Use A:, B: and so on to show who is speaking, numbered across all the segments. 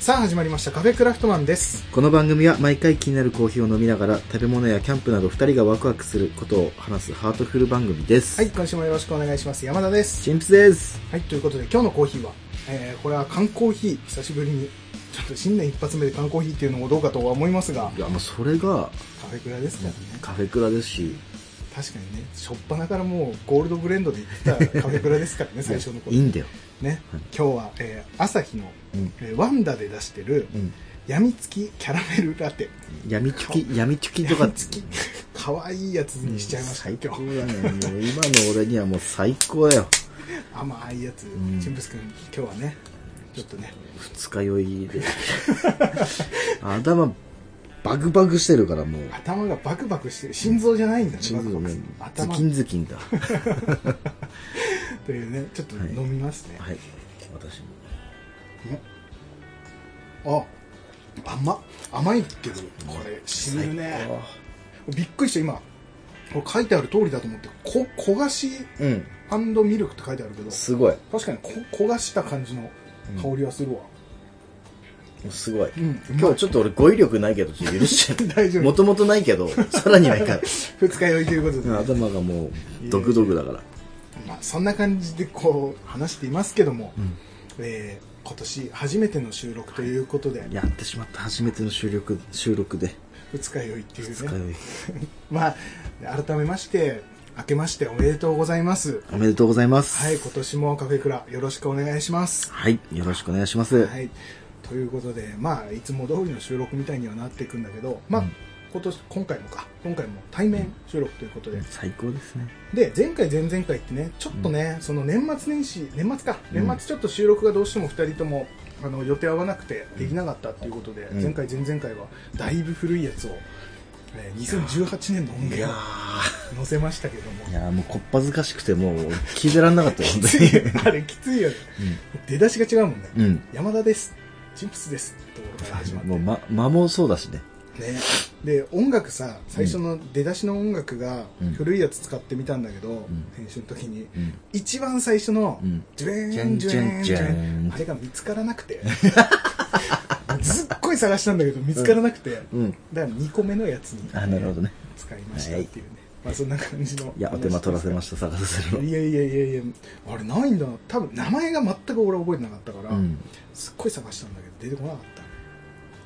A: さあ始まりましたカフェクラフトマンです
B: この番組は毎回気になるコーヒーを飲みながら食べ物やキャンプなど2人がワクワクすることを話すハートフル番組です
A: はい今週もよろしくお願いします山田です
B: チンプスです
A: はいということで今日のコーヒーは、えーこれは缶コーヒー久しぶりにちょっと新年一発目で缶コーヒーっていうのもどうかとは思いますが
B: いやもうそれが
A: カフェクラですからね
B: カフェクラですし
A: 確かにね初っ端からもうゴールドブレンドでいったカフェクラです からね最初の
B: い
A: 頃
B: いんだよ
A: ね今日は、えー朝日の、
B: うん
A: えーワンダで出してる、
B: うん
A: やみつきキャラメルラテ
B: 闇チュキ闇チュキとか
A: やみつき可愛いやつにしちゃいました、
B: 最
A: 今
B: 高
A: 日
B: だねもう今の俺にはもう最高だよ
A: 甘いやつ、
B: ん
A: チンプス君今日はねちょっとね
B: 二日酔い で頭バグバグしてるからもう
A: 頭がバクバクしてる心臓じゃないんだね、
B: チン
A: バクバク
B: ズ
A: する
B: ズ
A: 頭
B: キンズキンだ
A: というねちょっと飲みますね、
B: はい私も
A: あ甘っ甘いけどこれ死ぬねびっくりした今これ書いてある通りだと思ってこ焦がし
B: うん
A: ミルクって書いてあるけど
B: すごい
A: 確かにこ焦がした感じの香りはするわ、
B: すごい、
A: ん
B: 今日ちょっと俺語彙力ないけどちょっと許し て
A: 大丈夫
B: もともとないけどさらにないから
A: 二日酔いということで、
B: うん 頭がもうドクドクだから
A: まあ、そんな感じでこう話していますけども、えー今年初めての収録ということで、
B: やってしまった初めての収録収録で
A: 二日酔いっていう
B: 二日
A: ね
B: 酔い
A: まあ改めまして明けましておめでとうございます
B: おめでとうございます
A: はい今年もカフェクラよろしくお願いします
B: はいよろしくお願いします、
A: はいということでまあいつも通りの収録みたいにはなっていくんだけどまあ、今年今回もか今回も対面収録ということで、
B: 最高ですね
A: で前回前々回ってねちょっとね、その年末年始年末か年末ちょっと収録がどうしても2人ともあの予定合わなくてできなかったっていうことで、
B: ん
A: 前回前々回はだいぶ古いやつを、えー2018年の音源を載せましたけども
B: いやーもうこっぱずかしくてもう聞いてらんなか ったよ本
A: つ
B: 当
A: い
B: に
A: あれきついよね、出だしが違うもんね、
B: うん
A: 山田ですチンプスですってところから始まって
B: もう、ま、間もそうだしね
A: ね、で音楽さ最初の出だしの音楽が
B: うん
A: 古いやつ使ってみたんだけど、
B: ん
A: 編集の時に、
B: ん
A: 一番最初の
B: うん
A: 「ジュエンジュエンジ
B: ジュエンジュエ
A: ュエ
B: ンジュエ
A: ン」
B: ン
A: あれが見つからなくて すっごい探したんだけど見つからなくて、
B: うん
A: だから2個目のやつに、
B: あなるほどね
A: 使いましたっていうね、まあそんな感じの
B: いやお手間取らせました探する
A: いやいやいやいやあれないんだな多分名前が全く俺覚えてなかったから、
B: のうん
A: すっごい探したんだけど出てこなかったね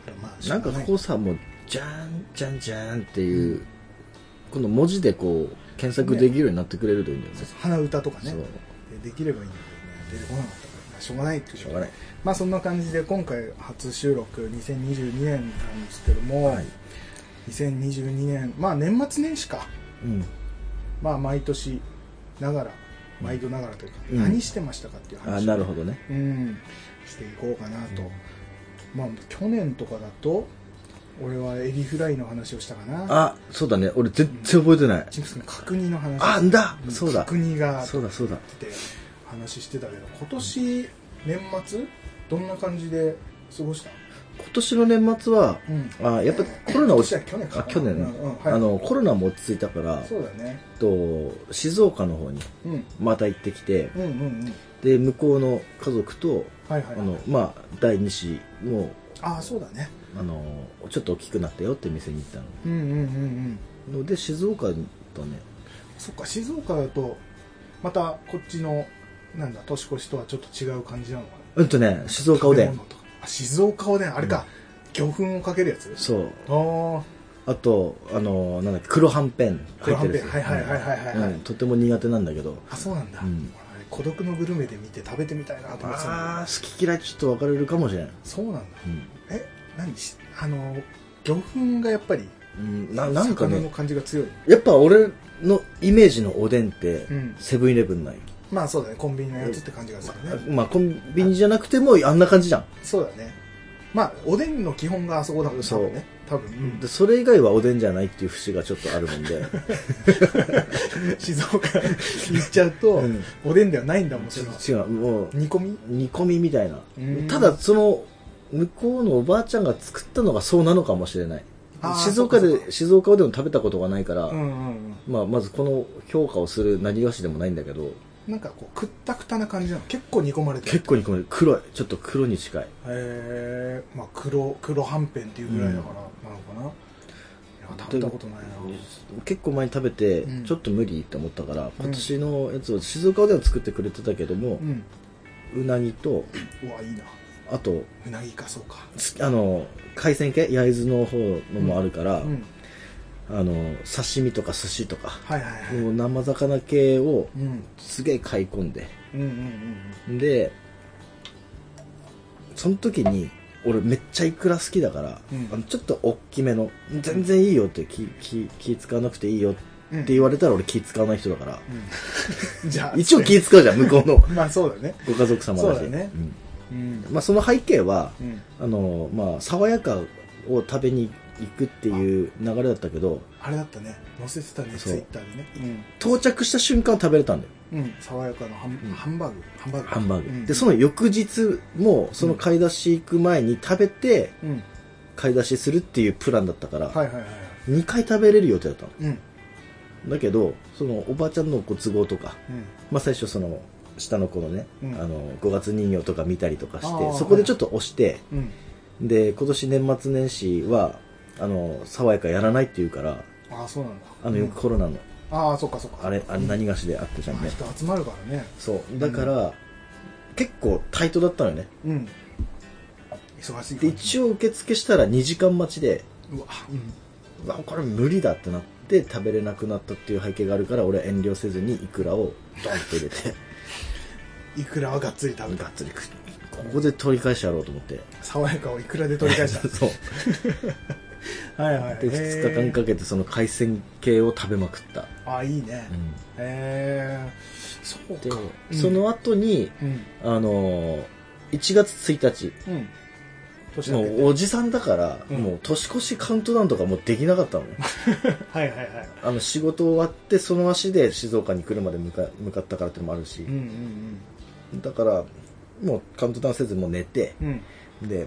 A: だからまあしょ
B: な
A: うんが
B: か
A: い
B: ここさもうじゃーんじゃんじゃーんっていう、この文字でこう検索できるようになってくれるといいんだよね
A: 鼻歌とかね
B: そう
A: でできればいいんだけどね出てこなかったからしょうがないっていう
B: しょうがない
A: まあそんな感じで今回初収録2022年なんですけども、
B: はい
A: 2022年まあ年末年始か
B: うん
A: まあ毎年ながら毎度ながらというか、
B: うん
A: 何してましたかっていう
B: あ
A: 話
B: なるほどね
A: うんしていこうかなと、まあ去年とかだと俺はエビフライの話をしたかな
B: あそうだね俺全然覚えてない、
A: チンプスの角煮の話
B: あんだ
A: ん
B: そうだ
A: 角煮が
B: そうだそうだ
A: って話してたけど今年年末どんな感じで過ごした
B: 今年の年末は、
A: うん
B: あやっぱコロナ落ち
A: 今年は去年か
B: あ去年ね、
A: うんうんはい
B: あのコロナも落ち着いたから
A: そうだね
B: と静岡の方に
A: うん
B: また行ってきて
A: うんうんうん
B: で向こうの家族と
A: はいは
B: あ
A: い
B: のまあ第2子も
A: ああそうだね
B: あのちょっと大きくなったよって店に行ったの
A: うんうんうんうん
B: ので静岡だね
A: そっか静岡だとまたこっちのなんだ年越しとはちょっと違う感じなのかな
B: うんとね静岡おで
A: 食べ
B: ん
A: 物とかあ静岡おでんあれか、魚粉をかけるやつ
B: そう
A: ああ
B: あとあのなんだっけ黒はんぺん入ってるやつ
A: 黒はんぺんはいはいはいはいはいはい
B: うんとても苦手なんだけど
A: あそうなんだ、
B: うん
A: あれ孤独のグルメで見て食べてみたいなと思ってたんだ
B: ああ好き嫌いちょっと分かれるかもしれない、
A: けどそうなんだ
B: うん
A: え何しあの魚粉がやっぱり
B: うん、ななんか
A: 魚の
B: ね
A: 感じが強い
B: やっぱ俺のイメージのおでんって
A: うん
B: セブンイレブンない、
A: まあそうだねコンビニのやつって感じがするね、
B: まあコンビニじゃなくてもあんな感じじゃん
A: そうだねまあおでんの基本があそこだもんね
B: そ
A: 多
B: う
A: 分ね多分、うん
B: でそれ以外はおでんじゃないっていう節がちょっとあるもんで
A: 静岡に行っ ちゃうと、
B: うん
A: おでんではないんだもんそれは
B: 違うもう
A: 煮込み
B: 煮込みみたいな
A: うん
B: ただその向こうのおばあちゃんが作ったのがそうなのかもしれない
A: あー
B: 静岡
A: そうかそう
B: で静岡おでんを食べたことがないから、
A: うんうんうん
B: まあ、まずこの評価をする何がしでもないんだけど
A: なんかこうくったくたな感じなの結構煮込まれてる
B: 結構煮込める黒いちょっと黒に近い
A: えー、まあ黒黒はんぺんっていうぐらいだから、なのかないや食べたことないな
B: 結構前に食べて、
A: うん
B: ちょっと無理って思ったから今年のやつを静岡では作ってくれてたけども
A: う、ん
B: うなぎと
A: うわいいな
B: あと
A: うなぎかそうか
B: つあの海鮮系焼津の方のもあるから、
A: うん
B: あの刺身とか寿司とか、
A: はいはいはい、
B: もう生魚系を
A: うん、うん
B: すげえ買い込んで
A: うんうんうん
B: でその時に俺めっちゃイクラ好きだから、
A: うん
B: あのちょっと大きめの全然いいよって気気気使わなくていいよって言われたら俺気使わない人だから、
A: うんじゃあ
B: 一応気使うじゃん向こ うの
A: まあそうだね
B: ご家族様だし
A: そうだねうん
B: うんまあ、その背景は
A: うん
B: あの、まあ、爽やかを食べに行くっていう流れだったけど
A: あれだったね載せてたね
B: そ
A: ツ
B: う
A: イッターでね
B: 到着した瞬間食べれたんだよ
A: うん、うん、爽やかなハン,、
B: ん
A: ハンバーグハンバーグ
B: ハンバーグ、
A: うん、
B: でその翌日もその買い出し行く前に食べて
A: うん
B: 買い出しするっていうプランだったから、
A: はいはいはい
B: 2回食べれる予定だったの
A: うん
B: だけどそのおばあちゃんのご都合とか、
A: うん
B: まあ、最初その下の子のね、
A: うん
B: あの5月人形とか見たりとかし
A: あ
B: て
A: ー
B: そこでちょっと押して、
A: うん
B: で今年年末年始はあの爽やかやらないって言うから
A: ああそうなんだ
B: あのよくコロナの、
A: うんああそっかそっか
B: あれあれ
A: うん
B: 何がしであったじゃん
A: まあ
B: ね、
A: 人集まるからね
B: そうだから、結構タイトだったのよね
A: うん忙しい
B: で一
A: 応
B: 応受付したら2時間待ちで
A: うわうん
B: うわこれ無理だってなって食べれなくなったっていう背景があるから俺は遠慮せずにイクラをドンと入れ て
A: いくらはがっつり食べ
B: が
A: た
B: っつり食ってここで取り返してやろうと思って
A: 爽やかをいくらで取り返し
B: そう
A: たはいはい
B: で2日間かけてその海鮮系を食べまくった、
A: へーあいいねへえそう
B: で
A: かうん
B: その後に
A: うん
B: あのー1月1日
A: うん年
B: も
A: 明けて
B: うおじさんだから、
A: うん
B: もう年越しカウントダウンとかもうできなかったのね
A: はいはいはい
B: あの仕事終わってその足で静岡に来るまで向か向かったからってのもあるし、
A: うんうん
B: だからもうカウントダウンせずもう寝て
A: うんうん
B: で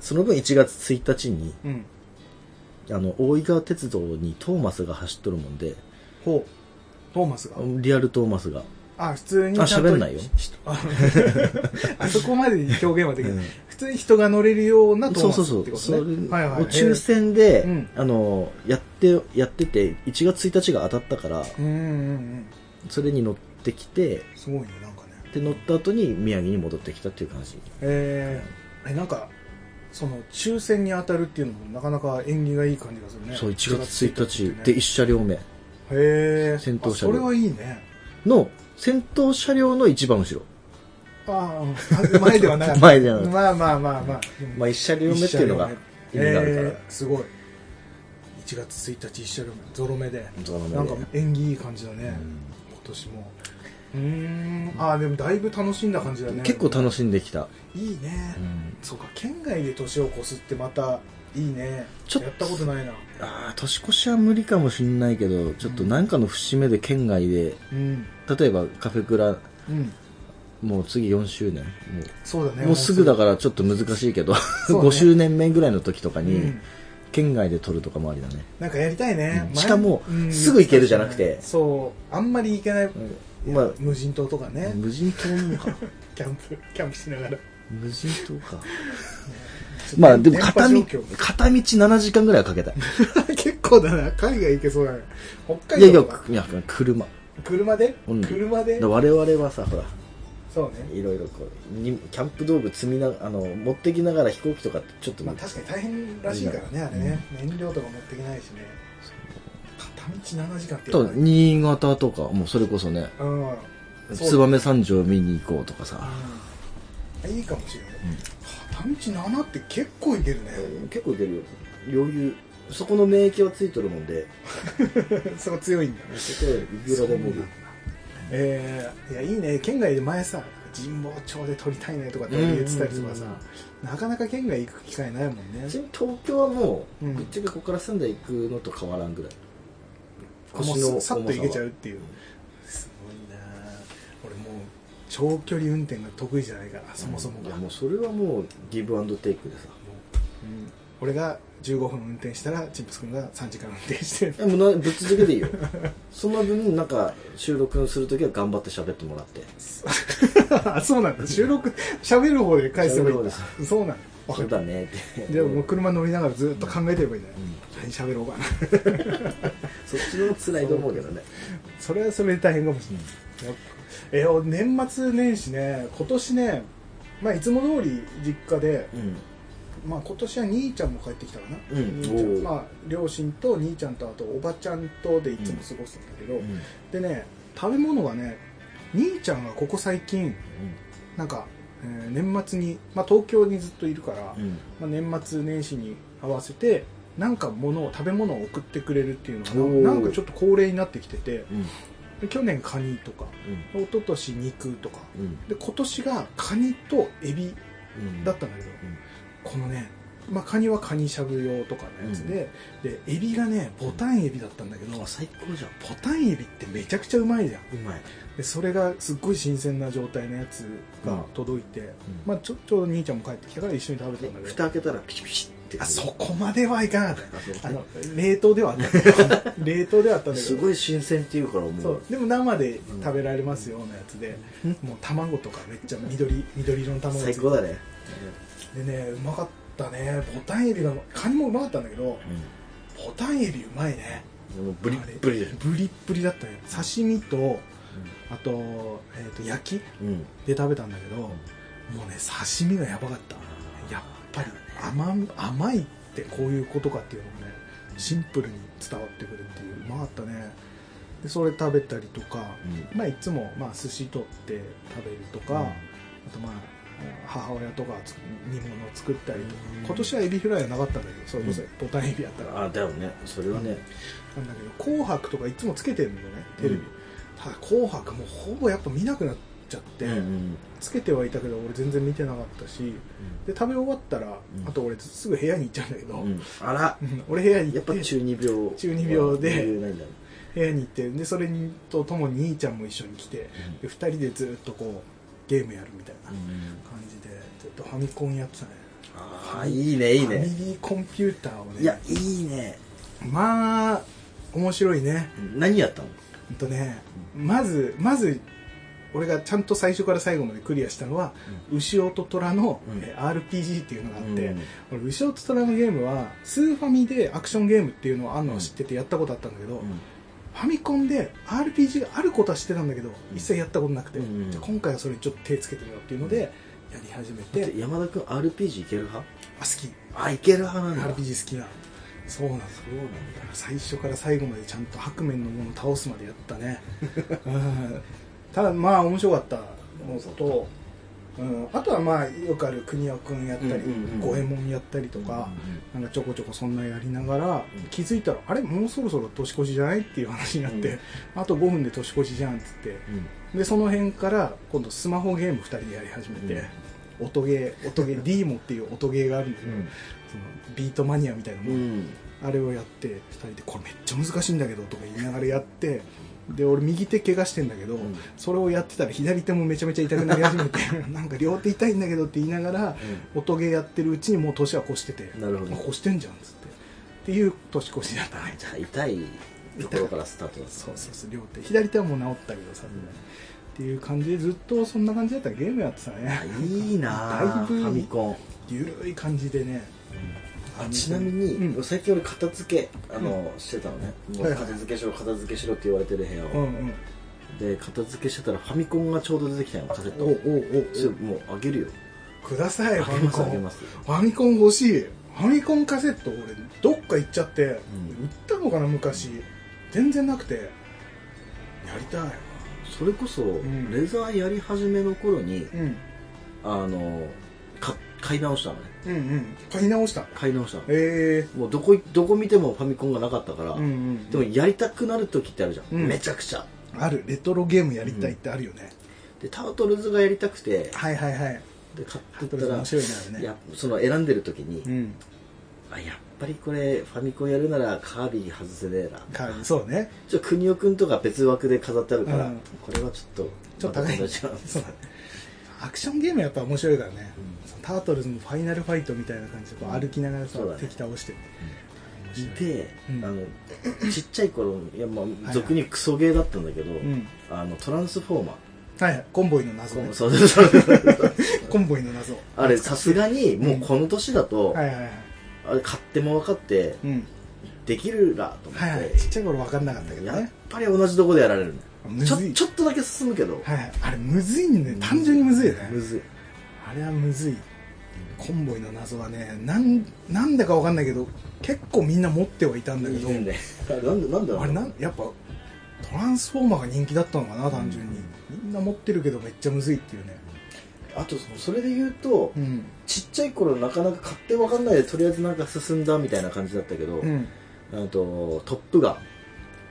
B: その分1月1日に
A: うん
B: あの大井川鉄道にトーマスが走っとるもんで
A: ほうトーマスが
B: リアルトーマスが
A: あ普通に
B: あ
A: ちゃんと
B: 喋んないよ
A: 人あ あそこまでに表現はできない、
B: うん
A: 普通に人が乗れるようなトー
B: そう
A: マス
B: そう
A: って
B: そ
A: こ
B: う、
A: とね
B: それを
A: はいはい
B: 抽選で、
A: うん
B: あのやってやってて1月1日が当たったから
A: うんうんうん
B: それに乗ってきて
A: すごいねなんかね
B: で乗った後に宮城に戻ってきたっていう感じ
A: えー、えなんかその抽選に当たるっていうのもなかなか縁起がいい感じがするね
B: そう1月1日
A: って
B: で
A: ね
B: 1車両目
A: へえ
B: 先頭車両
A: それはいいね
B: の先頭車両の一番後ろ
A: ああ前ではなかった
B: 前ではなかっ
A: まあまあまあまあ、うん
B: まあ1車両目っていうのが
A: 一
B: 意
A: 車両目
B: 味があるから、
A: えーすごい1月1日一車両目ゾロ目で
B: ゾロ目で
A: なんか縁起いい感じだね、
B: うん
A: 今年もうーんああでもだいぶ楽しんだ感じだね
B: 結構楽しんできた、
A: いいね、
B: うん
A: そうか県外で年を越すってまたいいね
B: ちょっと
A: やったことないな
B: ああ年越しは無理かもしんないけどちょっと何かの節目で県外で
A: うん
B: 例えばカフェクラ
A: うん
B: もう次4周年もう
A: そうだね
B: もうすぐだ
A: か
B: からちょっと難しいけど、
A: そうね
B: 5周年目ぐらいの時とかに、
A: うん
B: 県外で撮るとかもありだね
A: なんかやりたいね
B: うん、
A: 前
B: しかも
A: うん
B: すぐ行けるじゃなくて
A: そうあんまり行けない、
B: まあ
A: 無人島とかね、
B: 無人島な のか
A: キャンプキャンプしながら
B: 無人島か まあでも片道
A: 電波状況
B: 片道7時間ぐらいはかけたい
A: 結構だな海外行けそうだね北
B: いや
A: 海
B: いや
A: 道とか
B: くいや車、
A: 車で、
B: うん
A: 車で
B: だ我々はさほら
A: そうね
B: いろいろこうにキャンプ道具積みなあの持ってきながら飛行機とかってちょっと、
A: まあ確かに大変らしいからねあれね、燃料とか持っていけないしね片道7時間ってやっ
B: と
A: ぱり
B: 新潟とかもうそれこそね
A: うんそう
B: 燕三条見に行こうとかさ、
A: だいいかもしれない、片道7って結構いけるね、
B: 結構いけるよ余裕そこの免疫はついとるもんで
A: そこ強いんだね
B: そこはいく
A: そ
B: ら
A: うな
B: で
A: ん
B: もいい
A: だえー、いやいいね県外で前さ神保町で撮りたいねとかって言ってたりとかさ、
B: うんうん
A: なかなか県外行く機会ないもんね
B: ちなみに東京はもう、
A: うん
B: ぶっちゃけここから住んで行くのと変わらんぐらい
A: も
B: 腰の
A: う
B: 重
A: さ
B: さ
A: さ
B: は
A: っと行けちゃうっていうすごいな俺もう長距離運転が得意じゃないからそもそも
B: いや
A: が、
B: もうそれはもうギブアンドテイクでさ
A: うん俺が15分運転したらチンプス君が3時間運転して
B: でもなぶっ続けでいいよその分なんか収録するときは頑張って喋ってもらって
A: あそうなんだ収 録喋る方で返せばいいんだ
B: 喋る
A: そうなんだわか
B: そ
A: っ
B: うだねって
A: たじゃあもう車乗りながらずっと考えてればいいんだよ、何喋ろうかな
B: そっちの方が辛いと思うけどね
A: それはそれで大変かもしれない、えー年末年始ね今年ねまあいつも通り実家で、
B: うん
A: まあ今年は兄ちゃんも帰ってきたかな、
B: うん
A: 兄ちゃん
B: おう
A: まあ両親と兄ちゃんとあとおばちゃんとでいつも過ごすんだけど、
B: うん
A: でね食べ物がね兄ちゃんがここ最近なんか、えー年末に、まあ、東京にずっといるから、
B: うん
A: まあ、年末年始に合わせてなんか物を食べ物を送ってくれるっていう
B: お
A: の
B: ー
A: がなんかちょっと恒例になってきてて
B: うん
A: で去年カニとか
B: うん
A: 一昨年肉とか
B: うん
A: で今年がカニとエビ
B: うん
A: だったんだけど、このね、まあ、カニはカニしゃぶ用とかのやつで,、でエビがねボタンエビだったんだけど、
B: うんあ
A: ボ
B: 最高じゃん
A: タンエビってめちゃくちゃうまいじゃん
B: うまい
A: でそれがすっごい新鮮な状態のやつが届いて、まあ、ちょちょうど兄ちゃんも帰ってきたから一緒に食べてたんだけど
B: 蓋開けたらピチピチって
A: あそこまではいかなかった
B: あそう
A: あの冷凍ではあったんだけど冷凍ではあったんだけど
B: すごい新鮮っていうからも
A: そう
B: う
A: でも生で食べられますようなやつで、もう卵とかめっちゃ緑緑色の卵がつい
B: 最
A: て
B: 高だね
A: でねうまかったねボタンエビがカニもうまかったんだけどボタンエビうまいね
B: でもブリッブリだよ
A: ブリッブリだったね刺身とあと,、えー、と焼き
B: うん
A: で食べたんだけどもうね刺身がやばかったやっぱり甘み甘いってこういうことかっていうのがねシンプルに伝わってくるっていううまかったねでそれ食べたりとか、まあいつもまあ寿司取って食べるとか、
B: うん
A: あとまあ母親とかつ煮物を作ったりとか、
B: うん
A: 今年はエビフライはなかったんだけどそれこそ
B: うん
A: ボタンエビやったら、
B: あだよねそれはね
A: なんだけど「紅白」とかいつもつけてるんだよねテレビ、
B: うん
A: ただ「紅白」もうほぼやっぱ見なくなっちゃって、
B: うん
A: つけてはいたけど俺全然見てなかったしで食べ終わったら、
B: うん
A: あと俺すぐ部屋に行っちゃうんだけど、
B: うんうんあら
A: うん 俺部屋に行
B: やっ
A: って
B: ぱ中二病
A: 中二病で
B: 理由ないんだろ
A: 部屋に行ってでそれにとともに兄ちゃんも一緒に来てで2人でずっとこうゲームやるみたいな
B: うう
A: 感
B: ん
A: じでずっとファミコンやってたね
B: ああいいねい
A: フ
B: い
A: ァ
B: ね
A: ミリーコンピューターをね
B: いやいいね
A: まあ面白いね
B: 何やったの
A: ほんとねまずまず俺がちゃんと最初から最後までクリアしたのは「牛音虎」の、
B: うん
A: えー RPG っていうのがあって、
B: うん
A: 俺牛音虎のゲームはスーファミでアクションゲームっていうのをあんのは知っててやったことあったんだけど、ファミコンで RPG があることは知ってたんだけど、一切やったことなくて、
B: うん
A: じゃあ今回はそれにちょっと手つけてみようっていうので、やり始めて
B: で山田君 RPG いける派
A: あ好き
B: あいける派なんだ
A: RPG 好きなそうなんだ
B: そうなんだ
A: 最初から最後までちゃんと白面のものを倒すまでやった ね、うん、ただまあ面白かったのと、うん、あとはまあよくある国尾くんやったり
B: うんうんうん
A: 五右衛門やったりとか、なんかちょこちょこそんなやりながら、
B: うん
A: 気づいたらあれもうそろそろ年越しじゃないっていう話になって、
B: うん
A: あと5分で年越しじゃんっつってでその辺から今度スマホゲーム2人でやり始めて、音ゲー音ゲー D モっていう音ゲーがあるんだけど、そのビートマニアみたいなも、
B: うんん
A: あれをやって2人で「これめっちゃ難しいんだけど」とか言いながらやってで俺右手怪我してんだけど、
B: ん
A: それをやってたら左手もめちゃめちゃ痛くなり始 めてなんか両手痛いんだけどって言いながら、音ゲーやってるうちにもう年は越してて
B: なるほど
A: あ越してんじゃんっつってっていう年越しだったね
B: じゃあ痛いところからスタートだ
A: そうそうそう両手左手はもう治ったけどさすがにっていう感じでずっとそんな感じだったらゲームやってた
B: あ
A: ね
B: いいな
A: だい
B: あ
A: ぶ
B: ファミコン
A: ゆるい感じでね
B: あちなみに、
A: うん
B: 最近俺片付けあの、してたのねもう
A: はいはい
B: 片付けしろ片付けしろって言われてる部屋を、
A: うんうん
B: で片付けしてたらファミコンがちょうど出てきたのカセット
A: おおお
B: ちょっともうあげるよ
A: ください
B: あ
A: ファミ
B: げます
A: コ
B: あげ
A: ン
B: ます
A: ファミコン欲しいファミコンカセット俺どっか行っちゃって、売ったのかな昔全然なくてやりたい
B: それこそ、
A: ん
B: レザーやり始めの頃に、
A: うん
B: あのか買い直したのね
A: うんうん買い直した
B: 買い直したの
A: え
B: もうどこいどこ見てもファミコンがなかったから、
A: えうんうん
B: でもやりたくなる時ってあるじゃん、
A: うん
B: めちゃくちゃ
A: あるレトロゲームやりたいってあるよね、
B: でタートルズがやりたくて
A: はいはいはい
B: で買っ
A: こ
B: て
A: れ
B: たら
A: 面白いなあれね
B: やその選んでる時に、
A: うん
B: あやっぱりこれファミコンやるならカービィ外せねえな
A: かそうね
B: ちょ国尾くんとか別枠で飾ってあるから、
A: うん
B: これはちょっと
A: ちょっと高い
B: また友達が
A: そうだねアクションゲームやっぱ面白いからね、そのタートルズのファイナルファイトみたいな感じでこう歩きながらさ、
B: そうだね
A: 敵倒して、面
B: い
A: 白い
B: て、
A: うん
B: あのちっちゃい頃いやま
A: は
B: あ
A: い
B: 俗にクソゲーだったんだけど、
A: ん
B: あのトランスフォーマー
A: はいはいコンボイの謎、
B: コ
A: ね
B: ン、そうそうそう
A: コンボイの謎
B: あれさすがにもうこの年だと、
A: はいはいはい
B: あれ買っても分かって
A: うん
B: できるらと思って、
A: はいはいちっちゃい頃分かんなかったけど
B: やっ
A: ね
B: ぱり同じとこでやられるね
A: む
B: ちょ
A: ずい
B: ちょっとだけ進むけど、
A: はいはいあれむずいんだよ単純にむずいよね
B: むずい
A: あれはむずいコンボイの謎はねなんなんだかわかんないけど結構みんな持ってはいたんだけど、
B: いい ねあれなんでなんだろう
A: あれなんやっぱトランスフォーマーが人気だったのかな単純に、みんな持ってるけどめっちゃむずいっていうね
B: あとそのそれで言うと、
A: うん、
B: ちっちゃい頃なかなか買って分かんないでとりあえずなんか進んだみたいな感じだったけど、
A: うん、
B: あとトップガン
A: あ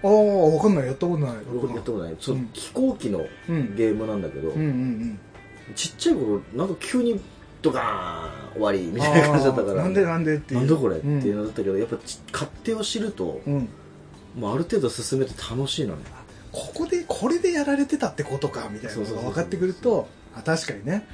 A: あわかんないやったことない
B: 俺これやったことないその
A: うん
B: 飛行機の
A: うん
B: ゲームなんだけど、
A: うんうん
B: ちっちゃい頃なんか急にドカーン終わり
A: うん
B: みたいな感じだったか
A: あー
B: ら
A: なんでなんでっていう
B: なんだこれって
A: ん
B: いうのだったけど、やっぱち勝手を知ると、
A: うん
B: まあ、ある程度進めて楽しいのね
A: ここでこれでやられてたってことかみたいなのが分かってくるとあ確かにね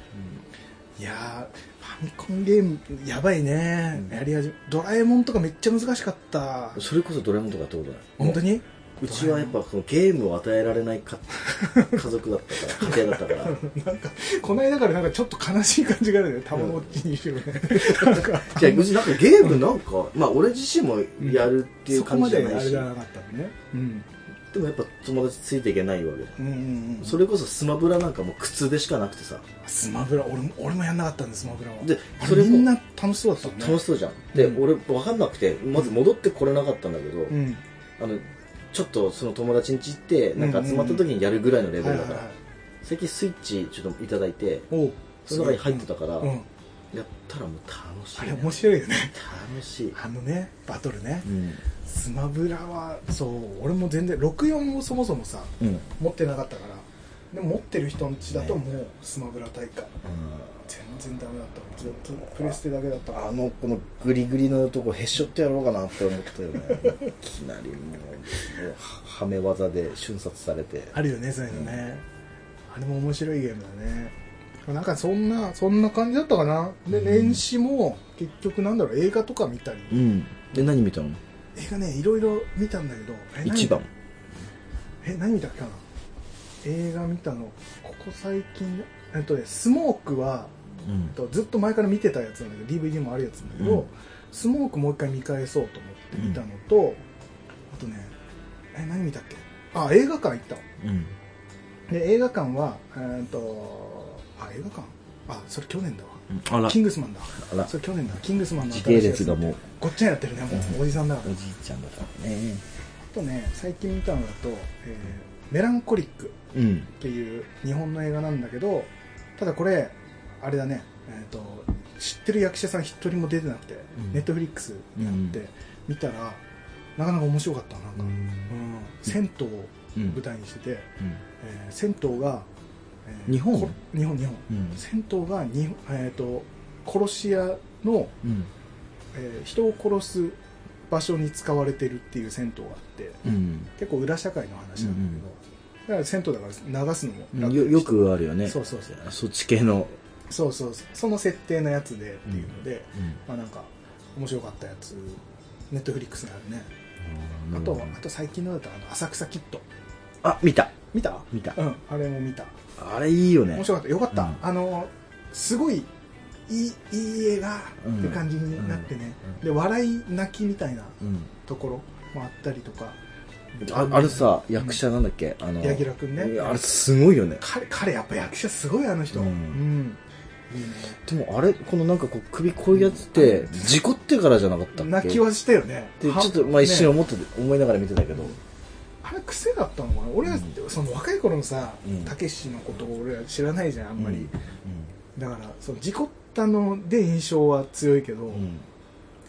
A: いやーファミコンゲームやばいね、
B: うん
A: やり始めドラえもんとかめっちゃ難しかった
B: それこそドラえもんとかやったことない
A: 本当に
B: うちはやっぱそのゲームを与えられないか 家族だったから家庭だったから
A: なんかこの間からなんかちょっと悲しい感じがあるねたまのっちにしろね、なんか
B: いやうちなんかゲームなんか、まあ俺自身もやるっていう
A: そこ
B: 感
A: ま
B: じじゃ
A: で
B: な
A: あれ
B: いし、
A: じ
B: で
A: ゃなかったのね、うん、
B: もやっぱ友達ついていけないわけだ
A: うんうんうん
B: それこそスマブラなんかもう苦痛でしかなくてさ
A: スマブラ俺も俺もやんなかったんですスマブラは
B: で
A: あ
B: そ
A: れ
B: れも
A: みんな楽しそうだったもんね
B: 楽しそうじゃんで、
A: うん
B: 俺分かんなくてまず戻ってこれなかったんだけ
A: う
B: ど、
A: ん
B: あのちょっとその友達ん家行ってなんか集まった時にやるぐらいのレベルだから、
A: はいはいはい
B: 最近スイッチちょっといただいて
A: おう
B: その中に入ってたから、
A: うん、
B: やったらもう楽しい
A: あ
B: ね、
A: れ面白いよね
B: 楽しい、
A: あのねバトルね
B: うん
A: スマブラはそう俺も全然64をそもそもさ
B: うん、
A: 持ってなかったからでも持ってる人の家だともうスマブラ大会全然ダメだったずっとプレステだけだったから
B: あのこのグリグリのとこへしょってやろうかなって思ったよねいきなりもうもうはめ技で瞬殺されて
A: あるよねそういうのね、あれも面白いゲームだねなんかそんなそんな感じだったかなで
B: うん
A: 年始も結局なんだろう映画とか見たり、
B: うんで何見たの
A: 映画ねいろいろ見たんだけどえ何
B: 一番
A: え何見たっけかな映画見たのここ最近えっとねスモークは
B: うん
A: えっとずっと前から見てたやつなんだけど DVD もあるやつなんだけど、
B: うん
A: スモークもう一回見返そうと思って見たのと、あとねえ何見たっけあ映画館行った
B: うん
A: で映画館は、えー、とあ映画館あそれ去年だわ
B: あら
A: キングスマンだ
B: あら
A: それ去年だキングスマンの
B: 時
A: 新
B: 系
A: しいやつ
B: 列がもう
A: ごっちゃになってるねもうおじさんだから
B: おじいちゃんだからね
A: あとね最近見たのだと、えーメランコリック」
B: うん
A: っていう日本の映画なんだけどただこれあれだね、えー、と知ってる役者さん一人も出てなくて、
B: ん
A: ネットフリックスにあって、
B: うん
A: 見たらなかなか面白かったなんか、
B: う
A: うんん銭湯を舞台にしてて、
B: う
A: えー銭湯が、えー
B: 日本
A: こ日本日本
B: ん
A: 銭湯がに、えー、と殺し屋の、
B: うん
A: えー人を殺す場所に使われてるっていう銭湯があって
B: うん
A: 結構裏社会の話なんだけど、
B: うん
A: だから銭湯だから流すのも
B: よ
A: 楽
B: よくあるよね
A: そうそうそう
B: そっち系の
A: そうそうそうその設定のやつでっていうので、まあなんか面白かったやつネットフリックスにあるねあとはあと最近のだとあの浅草キッド
B: あ見た
A: 見た
B: 見た
A: うんあれも見た
B: あれいいよね
A: 面白かったよかった、
B: うん
A: あのすごいいいいい映画
B: うん
A: って感じになってね、
B: うん
A: で笑い泣きみたいな
B: うん
A: ところもあったりとか
B: ああれさ役者なんだっけあの
A: 柳楽君ね
B: いやあれすごいよね
A: 彼彼やっぱ役者すごいあの人
B: うん
A: うんいいね
B: でもあれこのなんかこう首こういうやつって事故ってからじゃなかったっけ
A: 泣きはしたよね
B: でちょっとまあ一瞬
A: ね
B: 思ってて思いながら見てたけど
A: あれ癖だったのかな俺は、
B: う
A: その若い頃のさ
B: うん
A: たけしのことを俺は知らないじゃんあ
B: あ
A: んまり、だからその事故ったので印象は強いけど、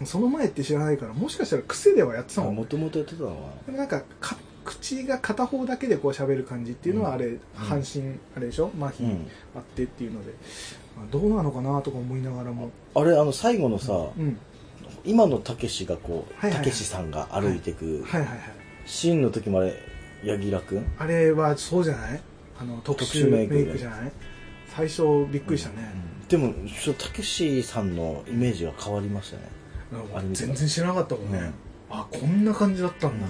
A: その前って知らないからもしかしたら癖ではやってたのかも
B: もともとやってたのは
A: でもなんかか口が片方だけでこう喋る感じっていうのはあれ、半身あれでしょ麻
B: う
A: 痺
B: ん
A: あってっていうので、まあどうなのかなとか思いながらも、
B: あれあの最後のさ
A: うん、
B: 今のたけしがこ
A: は
B: う
A: いはいは
B: た
A: い
B: けしさんが歩いてく
A: はいはいはい
B: シーンの時もあれ柳楽君
A: あれはそうじゃないあの特殊メイクじゃない最初びっくりしたね、
B: でもちょっとたけしさんのイメージが変わりましたね
A: なんか
B: あれ見た
A: 全然知らなかったもんね、
B: うん
A: あこんな感じだったんだ、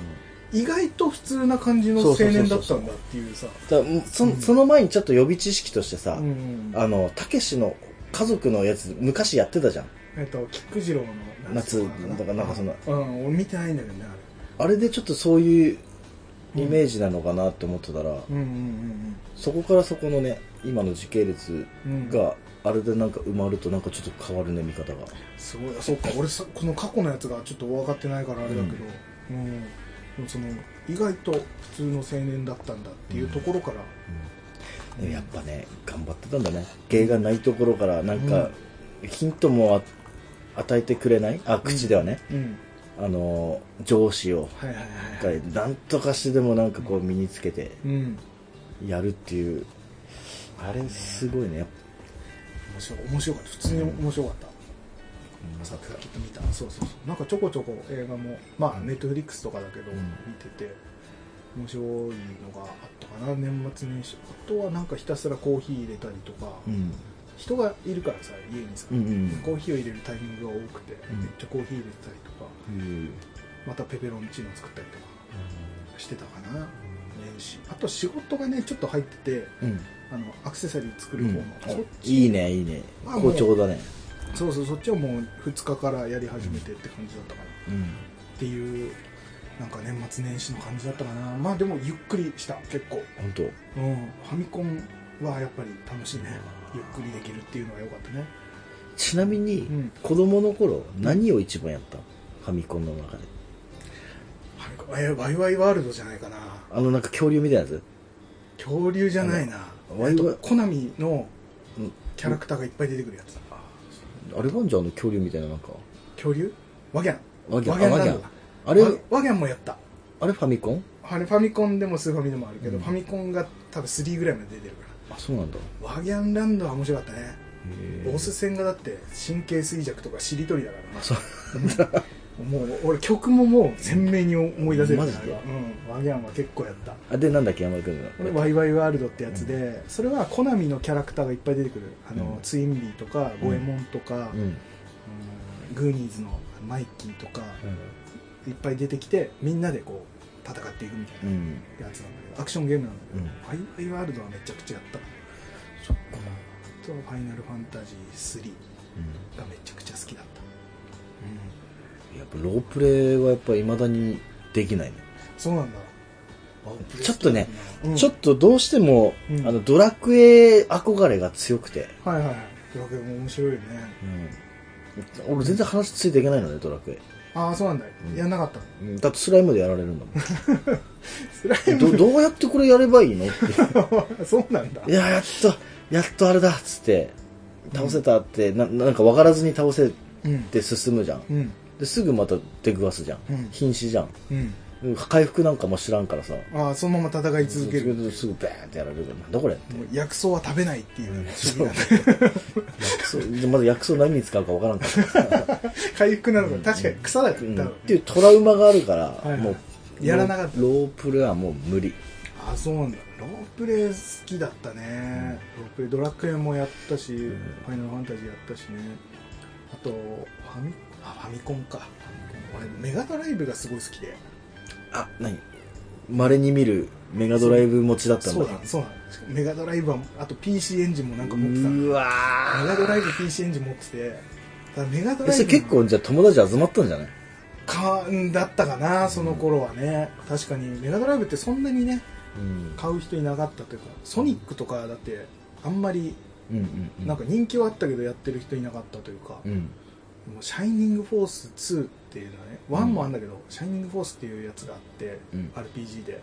A: 意外と普通な感じの
B: そう
A: 青
B: そうそうそう
A: 年だったんだっていうさ
B: ただそ
A: うん
B: その前にちょっと予備知識としてさ、
A: うん
B: あのたけしの家族のやつ昔やってたじゃん
A: えっと菊次郎の
B: 夏だからなんかそんな
A: うん俺見てないんだけどねあ
B: あれでちょっとそういうイメージなのかなって思ってたら、
A: れうんうん
B: そこからそこのね今の時系列
A: うんうん
B: があれでなんか埋まるとなんかちょっと変わるね見方が
A: すごいそっか俺さこの過去のやつがちょっと分かってないからあれだけど、うんでもその意外と普通の青年だったんだっていうところから、
B: でもやっぱね頑張ってたんだね芸がないところからなんかヒントもあ与えてくれないあ口ではね、
A: うん
B: あの上司を
A: はいはいはいはい
B: がなんとかしてでもなんかこう身につけて
A: うん面
B: やるっていうあれすごいね
A: 白い面白かった普通に面白かった、さっきちょっと見たそうそうそうなんかちょこちょこ映画もまあネットフリックスとかだけど
B: うん
A: 見てて面白いのがあったかな年末年始あとはなんかひたすらコーヒー入れたりとか、
B: うん
A: 人がいるからさ家にさ、
B: うんうん
A: コーヒーを入れるタイミングが多くて、
B: うん
A: めっちゃコーヒー入れてたりとか
B: うん
A: またペペロンチーノ作ったりとかしてたかな年始あと仕事がねちょっと入ってて
B: うん
A: あのアクセサリー作
B: う
A: る方の、
B: ん
A: そっ
B: いいねいいね
A: あ
B: 好調だね
A: そうそうそっちはもう2日からやり始めてって感じだったかな
B: うん
A: っていうなんか年末年始の感じだったかなまあでもゆっくりした結構、
B: 本当
A: うん、ファミコンはやっぱり楽しいねゆっくりできるっていうのが良かったね
B: ちなみに
A: うん
B: 子供の頃何を一番やったファミコンの中で
A: ファミコンえーワイワイワールドじゃないかな
B: あのなんか恐竜みたいなやつ
A: 恐竜じゃないな
B: あの
A: えっと
B: ワイワイ
A: コナミの
B: うん
A: キャラクターがいっぱい出てくるやつ
B: あれなんじゃんあの恐竜みたいななんか
A: 恐竜ワギャン
B: ワギャン
A: ワ
B: あワ
A: ギ
B: ギ
A: ャ
B: ャ
A: ン
B: ン
A: だ
B: あれ
A: ワワギャンもやった
B: あれファミコン
A: あれファミコンでもスーファミでもあるけど、
B: うん
A: ファミコンが多分3ぐらいまで出てるか
B: あそうなんだ
A: らワギャンランドは面白かったね
B: へ
A: ボス戦がだって神経衰弱とかしりとりだからね
B: そう
A: もう俺曲ももう鮮明に思い出せる
B: マジで
A: あれはうん、ワギャンは結構やった
B: あでなんだっけ山田君
A: 俺
B: が
A: ワイワイワールドってやつで、それはコナミのキャラクターがいっぱい出てくるあの、
B: うん
A: ツインビーとかゴエモンとか、う
B: う
A: ん
B: ん
A: グーニーズのマイキーとか、いっぱい出てきてみんなでこう戦っていくみたい
B: うん
A: なやつなんだけどアクションゲームなんだけど、
B: うん
A: ワイワイワールドはめちゃくちゃやった
B: そっか
A: あとファイナルファンタジー3がめちゃくちゃ好きだった、うん
B: やっぱロープレイはやっぱいまだにできないね
A: そうなんだ
B: ちょっとね、
A: うん
B: ちょっとどうしても、
A: うん
B: あのドラクエ憧れが強くて、
A: はいはいドラクエも面白いよね
B: 俺全然話ついていけないのねドラクエ、
A: ああそうなんだ、
B: うん
A: やんなかったの
B: だってスライムでやられるん だも
A: スライ
B: んどどうやってこれやればいいのって
A: ム そうなんだ
B: いややっとやっとあれだっつって倒せたって、ななんか分からずに倒せ
A: うん
B: て進むじゃん、
A: うん
B: ですぐまた出くわすじゃん、
A: うん
B: 瀕死じゃん
A: うん
B: 回復なんかも知らんからさ
A: ああそのまま戦い続ける
B: 続すぐバーンってやられるからなんだこれって
A: もう薬草は食べないっていう不思議な
B: 薬草まず薬草何に使うか分からんからさ、
A: 回復なのか確かに草だか
B: う
A: ら
B: ん
A: 多
B: っ
A: 分
B: ていうトラウマがあるから、
A: いはい
B: もう
A: やらなかった
B: ロープレはもう無理
A: ああそうなんだロープレイ好きだったね、ロープレイドラクエもやったし、ファイナルファンタジーやったしねあとファミあファミコンか俺メガドライブがすごい好きで
B: あ何まれに見るメガドライブ持ちだったん
A: そ
B: だ
A: うだそうだメガドライブはあと PC エンジンもなんか持ってたメ
B: うわ
A: ガドライブ PC エンジン持っててただメガド
B: え
A: ライ
B: そ
A: ブ
B: れ結構じゃあ友達集まったんじゃない
A: かんだったかなその頃はね、確かにメガドライブってそんなにね
B: うん
A: 買う人いなかったというかソニックとかだってあんまり
B: うんうんうん
A: なんか人気はあったけどやってる人いなかったというか、
B: うん
A: もうシャイニングフォース2っていうのはね1もあるんだけど、シャイニングフォースっていうやつがあって、
B: うん
A: RPG で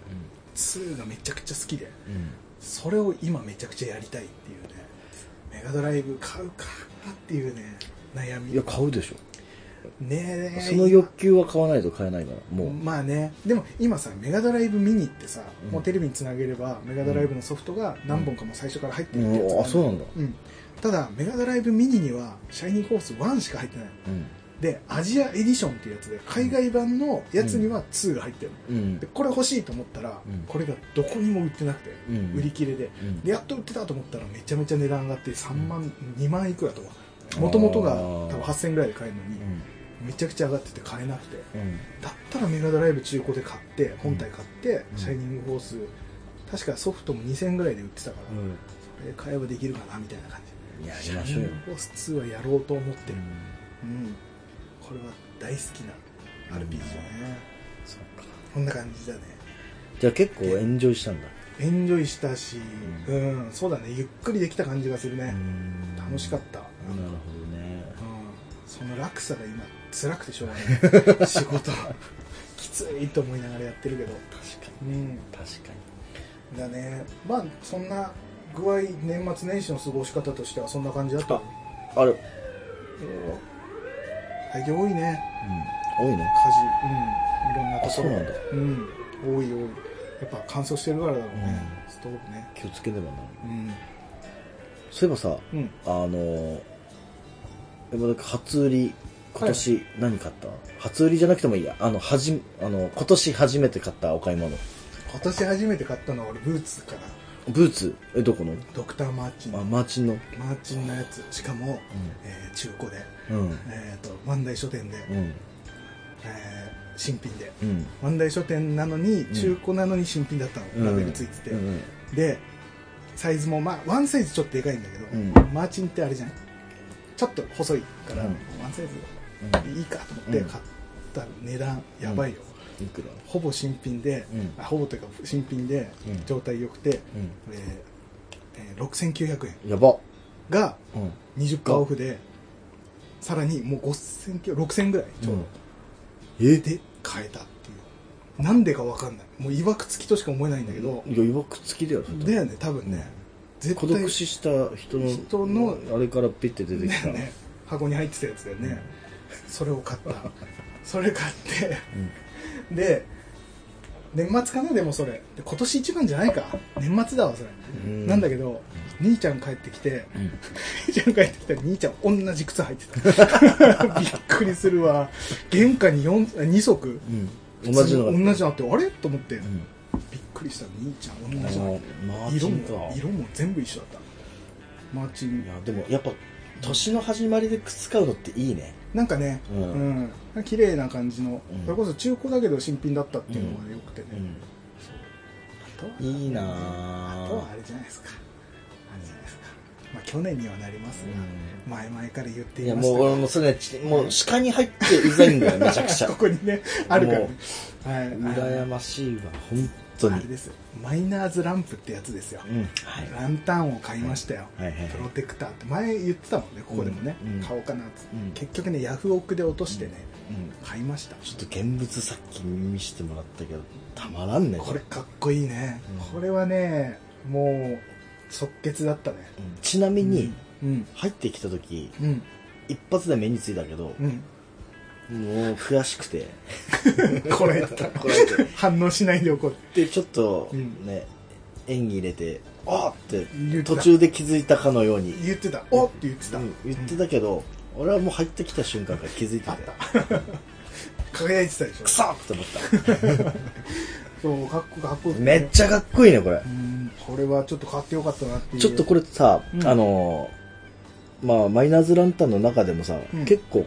A: 2がめちゃくちゃ好きで
B: うんうん
A: それを今めちゃくちゃやりたいっていうねメガドライブ買うかなっていうね悩み
B: いや買うでしょ
A: ねえ
B: その欲求は買わないと買えないからもう、
A: まあねでも今さメガドライブミニってさ、
B: うん
A: もうテレビにつなげればメガドライブのソフトが何本かもう最初から入ってるってやつ
B: うんあそうなんだ
A: うんただメガドライブミニにはシャイニーフォース1しか入ってない
B: うん
A: でアジアエディションっていうやつで海外版のやつには2が入ってるの、
B: うん
A: でこれ欲しいと思ったら、
B: うん
A: これがどこにも売ってなくて、
B: うん
A: 売り切れで
B: うん
A: でやっと売ってたと思ったらめちゃめちゃ値段上がって3万、2万いくらとかもともとが
B: あー
A: 多分8000円ぐらいで買えるのに、
B: うん
A: めちゃくちゃ上がってて買えなくて
B: うん
A: だったらメガドライブ中古で買って本体買って、
B: うん
A: シャイニングフォース確かソフトも2000円ぐらいで売ってたから、
B: うん
A: それ買えばできるかなみたいな感じ
B: やり
A: シャ
B: ま
A: イ
B: し
A: ニ
B: ょ
A: ン
B: う
A: グ
B: よ
A: フォース2はやろうと思って
B: う
A: る、
B: ん
A: うん、これは大好きな RPG だね、
B: そっか
A: こんな感じだね
B: じゃあ結構エンジョイしたんだ
A: エンジョイしたし、う
B: うん
A: そうだねゆっくりできた感じがするね、
B: うん
A: 楽しかった、
B: なるほどね
A: うんその落差が今辛くてしょうが ない仕事きついと思いながらやってるけど
B: 確か
A: うん
B: 確か
A: だねまあそんな具合年末年始の過ごし方としてはそんな感じだったは
B: にあれ
A: い多いね
B: うん多いね
A: 家事うんいろんなと
B: あ
A: こ
B: そう
A: ろ
B: なんだ
A: うん多い多いやっぱ乾燥してるからだろうね、ストーブね
B: 気をつけねばな
A: うん
B: そういえばさ
A: うん
B: あのーでもなんか初売り今年何買った、初売りじゃなくてもいいやあのはじあの今年初めて買ったお買い物
A: 今年初めて買ったのは俺ブーツかな
B: ブーツえどこの
A: ドクターマーチン
B: あ
A: マ
B: マーチンの
A: ーチンのやつしかも、えー中古で
B: うん
A: えー、と万代書店で、
B: うん
A: えー新品で
B: うん
A: 万代書店なのに
B: ん
A: 中古なのに新品だったの、
B: うん
A: ラベルついてて、
B: うん
A: でサイズもまあワンサイズちょっとでかいんだけど、
B: うん
A: マーチンってあれじゃないちょっと細いから、
B: うん
A: ワンサイズ
B: う
A: いいかと思って
B: うん
A: 買った値段やばいよ、
B: んいくら
A: ほぼ新品で、
B: うん
A: あほぼというか新品で
B: うん
A: 状態良くて、
B: う
A: えーえー6900円
B: んやば
A: が
B: うん
A: 20%オフでさらにもう5000キロ6000ぐらいちょうど、
B: えで
A: で変えたっていうなんでかわかんないもういわくつきとしか思えないんだけど、
B: いやいわくつきだよそれ
A: だよね多分ね、絶
B: 孤
A: 対
B: 独死した人の
A: 人の
B: あれからピッて出てき
A: だ
B: た、
A: よね箱に入ってたやつだよね、それを買ったそれ買ってで年末かなでもそれで今年一番じゃないか年末だわそれ、
B: うん
A: なんだけど兄ちゃん帰ってきて、
B: うん
A: 兄ちゃん帰ってきたら兄ちゃん同じ靴履いてた びっくりするわ玄関に2足
B: うん、同じのが
A: 同じのあってあれと思って、
B: うん
A: びっくりした兄ちゃん同
B: あ
A: じだ
B: のマーチ
A: 色
B: ン
A: も
B: か
A: 色も全部一緒だったマーチン
B: いやでもやっぱ年の始まりで靴買うのっていいね
A: なんかね、う
B: うん
A: 綺麗な感じの、
B: うん
A: それこそ中古だけど新品だったっていうのがね良くてね、あとはい
B: いな
A: あとはあれじゃないですかあれじゃないですかまあ去年にはなりますが、
B: う
A: 前々から言って
B: い
A: い
B: や
A: ま
B: も
A: し
B: う
A: た
B: 俺もそれねちもう鹿に入ってうざ いんだよめちゃくちゃ
A: が ここにねあるからね
B: も
A: はい
B: 羨ましいわ本当
A: あ
B: に
A: れですマイナーズランプってやつですよ、
B: うんはい
A: ランタンを買いましたよ、
B: はいはいはい
A: プロテクターって前言ってたもんねここでもね、
B: うんうん
A: 買おうかなっつって、
B: うん
A: 結局ねヤフオクで落としてね、
B: うん
A: 買いました
B: ちょっと現物さっき見せてもらったけどたまらんね
A: これかっこいいね、
B: うん
A: これはねもう即決だったね
B: うんちなみに
A: うん
B: 入ってきた時
A: うん
B: 一発で目についたけども
A: う
B: うん悔しくて
A: これだ
B: これで
A: 反応しないで怒る
B: でちょっと
A: うん
B: ね、演技入れて「あっ!」っ
A: 言っててた
B: 途中で気づいたかのように
A: 言ってたおって言ってた、
B: うん言ってたけど、俺はもう入ってきた瞬間から気づいて
A: あってた輝いてたでしょ
B: くそーって思っ
A: そうかっこかっこよ く
B: た
A: て
B: めっちゃかっこいいねこれ
A: う、んこれはちょっと買ってよかったなっていう
B: ちょっとこれさ、
A: うん
B: あのーまあマイナーズランタンの中でもさ、
A: うん
B: 結構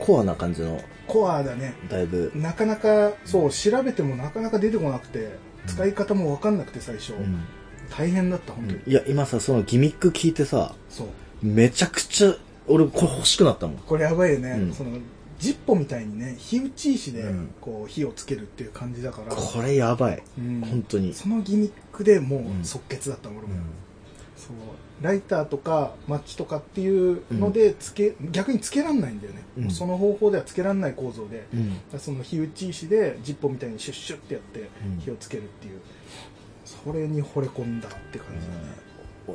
B: コアな感じの
A: コアだね
B: だいぶ、
A: なかなかそう調べてもなかなか出てこなくて使い方も分かんなくて最初、
B: うん
A: 大変だった本当に、
B: いや今さそのギミック聞いてさ
A: そう
B: めちゃくちゃ俺これ欲しくなったもん
A: これやばいよね、
B: うん
A: そのジッポみたいにね火打ち石で
B: うん
A: こう火をつけるっていう感じだから、
B: これやばい、
A: うん
B: 本当に、
A: そのギミックでも
B: う
A: うん即決だった俺
B: う
A: も、
B: ん
A: そうライターとかマッチとかっていうのでつけ、逆につけらんないんだよね、
B: うん
A: その方法ではつけらんない構造で、
B: うん
A: その火打ち石でジッポみたいにシュッシュッってやって
B: うん
A: 火をつけるっていう、それに惚れ込んだって感じだ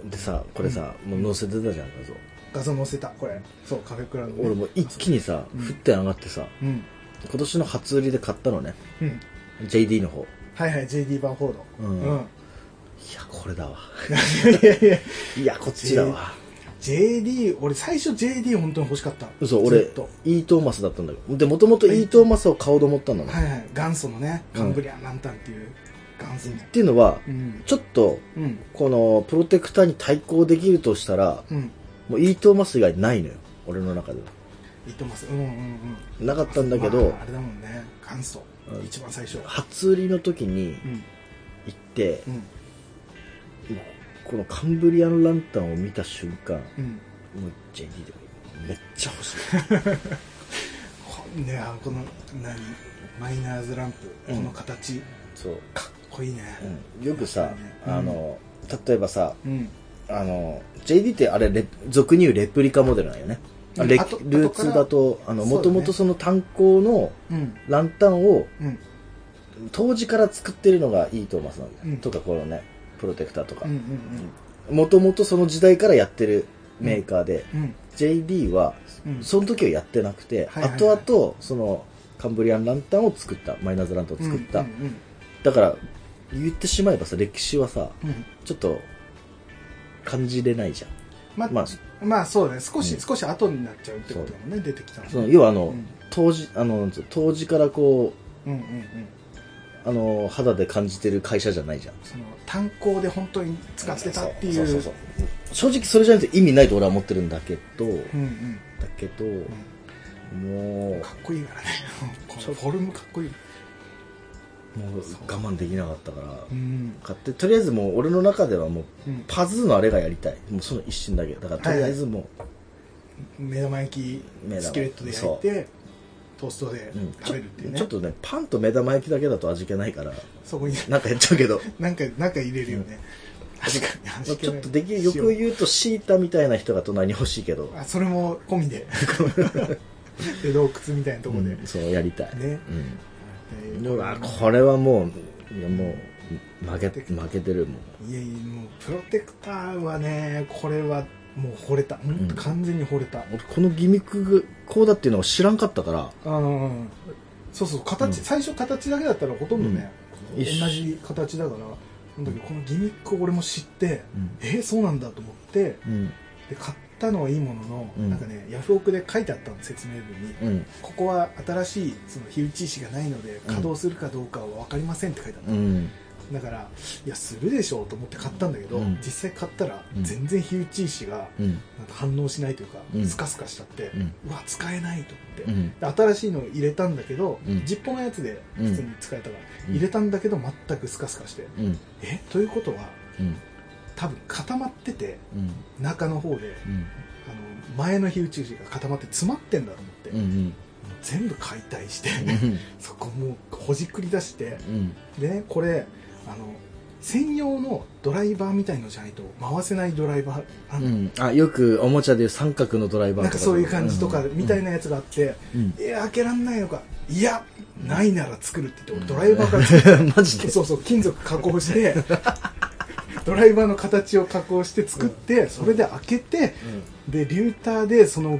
A: ね、
B: でさこれさ、もう載せてたじゃん画像
A: 画像載せたこれそうカフェクラのね、
B: 俺もう一気にさ
A: うん
B: 降って上がってさ、
A: うん
B: 今年の初売りで買ったのね
A: うん
B: JD の方
A: はいはい JD バンフォード
B: うん
A: うん
B: いやこれだわ
A: いやいやいや
B: いやこっちだわ
A: JD 俺最初 JD 本当に欲しかった
B: 嘘俺
A: ずっと
B: E トーマスだったんだけどでもともと E トーマスを買おうと思ったんだね、
A: はいはい元祖のねカンブリアンランタンっていう元祖の
B: っていうのは
A: うん
B: ちょっと
A: うん
B: このプロテクターに対抗できるとしたら
A: うん
B: もう E トーマス以外ないのよ俺の中では
A: 言ってますうんうんうん
B: なかったんだけ
A: ま
B: ど、
A: あ、あれだもんね元祖
B: うん
A: 一番最初
B: 初売りの時
A: う
B: に
A: ん
B: 行って
A: うん
B: このカンブリアンランタンを見た瞬間
A: うん
B: もう JD でめっちゃ欲しい
A: こねあこの何マイナーズランプ
B: うん
A: この形、
B: そう、
A: かっこいいね
B: うん、よくさ、あの例えばさ
A: うん
B: あの JD ってあれレ俗に言うレプリカモデルなんよね、
A: うん
B: レ
A: あと
B: ルーツだとあの
A: そう
B: も
A: だね
B: ともとその炭鉱の
A: うん
B: ランタンを
A: うん
B: 当時から作ってるのがいいトーマスなんだよ、
A: うん
B: とかこのねプロテクターとか
A: うんうん
B: もともとその時代からやってるメーカーで、
A: うん
B: JD は
A: うん
B: その時はやってなくて、
A: はいはいはい
B: 後々そのカンブリアンランタンを作ったマイナーズランタンを作った、
A: うんうん
B: だから言ってしまえばさ歴史はさ
A: うんうん
B: ちょっと感じれないじゃん
A: ま
B: まあ
A: まあそうだね少し、
B: うん
A: 少し後になっちゃうってことだもんね出てきたの
B: その要はあの、
A: うん
B: 当時あの当時からこ
A: うんうんうん
B: うあの肌で感じてる会社じゃないじゃん
A: その炭鉱で本当に使ってたっていう
B: そうそうそう正直それじゃないと意味ないと俺は思ってるんだけど、
A: うんうん
B: だけど、も
A: うんかっこいいからねこのフォルムかっこいい
B: うもう我慢できなかったから
A: うん
B: 買ってとりあえずもう俺の中ではもう
A: うん
B: パズーのあれがやりたいもうその一心だけだからとりあえずもう、
A: 目玉焼
B: 目
A: き
B: 玉
A: スキレットで焼いてトーストで
B: うん
A: 食べるっていうね、
B: ちょっとねパンと目玉焼きだけだと味気ないから
A: そこに
B: なんかやっちゃうけど
A: なんかなんか入れるよね、確かに
B: まあ
A: 味気
B: ちょ
A: な
B: っ
A: い
B: とできよく言うとシータみたいな人が隣に欲しいけど
A: 塩あそれも込み でで洞窟みたいなところで、
B: うんそうやりたい、
A: ね
B: うん
A: で
B: うわこれはもういやもう負け負けてるもん
A: いやいやもうプロテクターはねこれはもう惚れた、本当完全に惚れた
B: 俺このギミックがこうだっていうのを知らんかったから
A: うんそうそう形、
B: うん
A: 最初形だけだったらほとんどね、
B: うん
A: 同じ形だからなんだけどこのギミックを俺も知って、
B: うん
A: えーそうなんだと思って
B: うん
A: で買ったのはいいものの、
B: うん
A: なんかねヤフオクで書いてあったの説明文に、
B: うん
A: ここは新しいその火打ち石がないので稼働するかどうかは分かりませんって書いてあった、
B: うん
A: だからいやするでしょうと思って買ったんだけど、
B: うん
A: 実際買ったら
B: うん
A: 全然火打ち石が
B: うん
A: なんか反応しないというか、
B: うん
A: スカスカしちゃって、
B: う
A: うんわ使えないと思って、
B: うん
A: で新しいのを入れたんだけど、
B: うん
A: ジッポのやつで普通に使えたから、
B: うん
A: 入れたんだけど全くスカスカして、
B: うん
A: えということは
B: うん
A: 多分固まってて
B: うん
A: 中の方で
B: う
A: あ
B: ん
A: の前の火打ち石が固まって詰まってんだと思って、
B: う
A: もうん全部解体して、
B: うん
A: そこもうほじくり出して
B: うん
A: でねこれあの専用のドライバーみたいのじゃないと回せないドライバーあの
B: うんあよくおもちゃでいう三角のドライバーと
A: なんかそういう感じとか
B: うん
A: みたいなやつがあって、
B: うん
A: え開けらんないのかいやないなら作るって言って
B: うん
A: 俺ドライバーから作る
B: マジで
A: そうそう金属加工して ドライバーの形を加工して作ってそれで開けてでリューターでその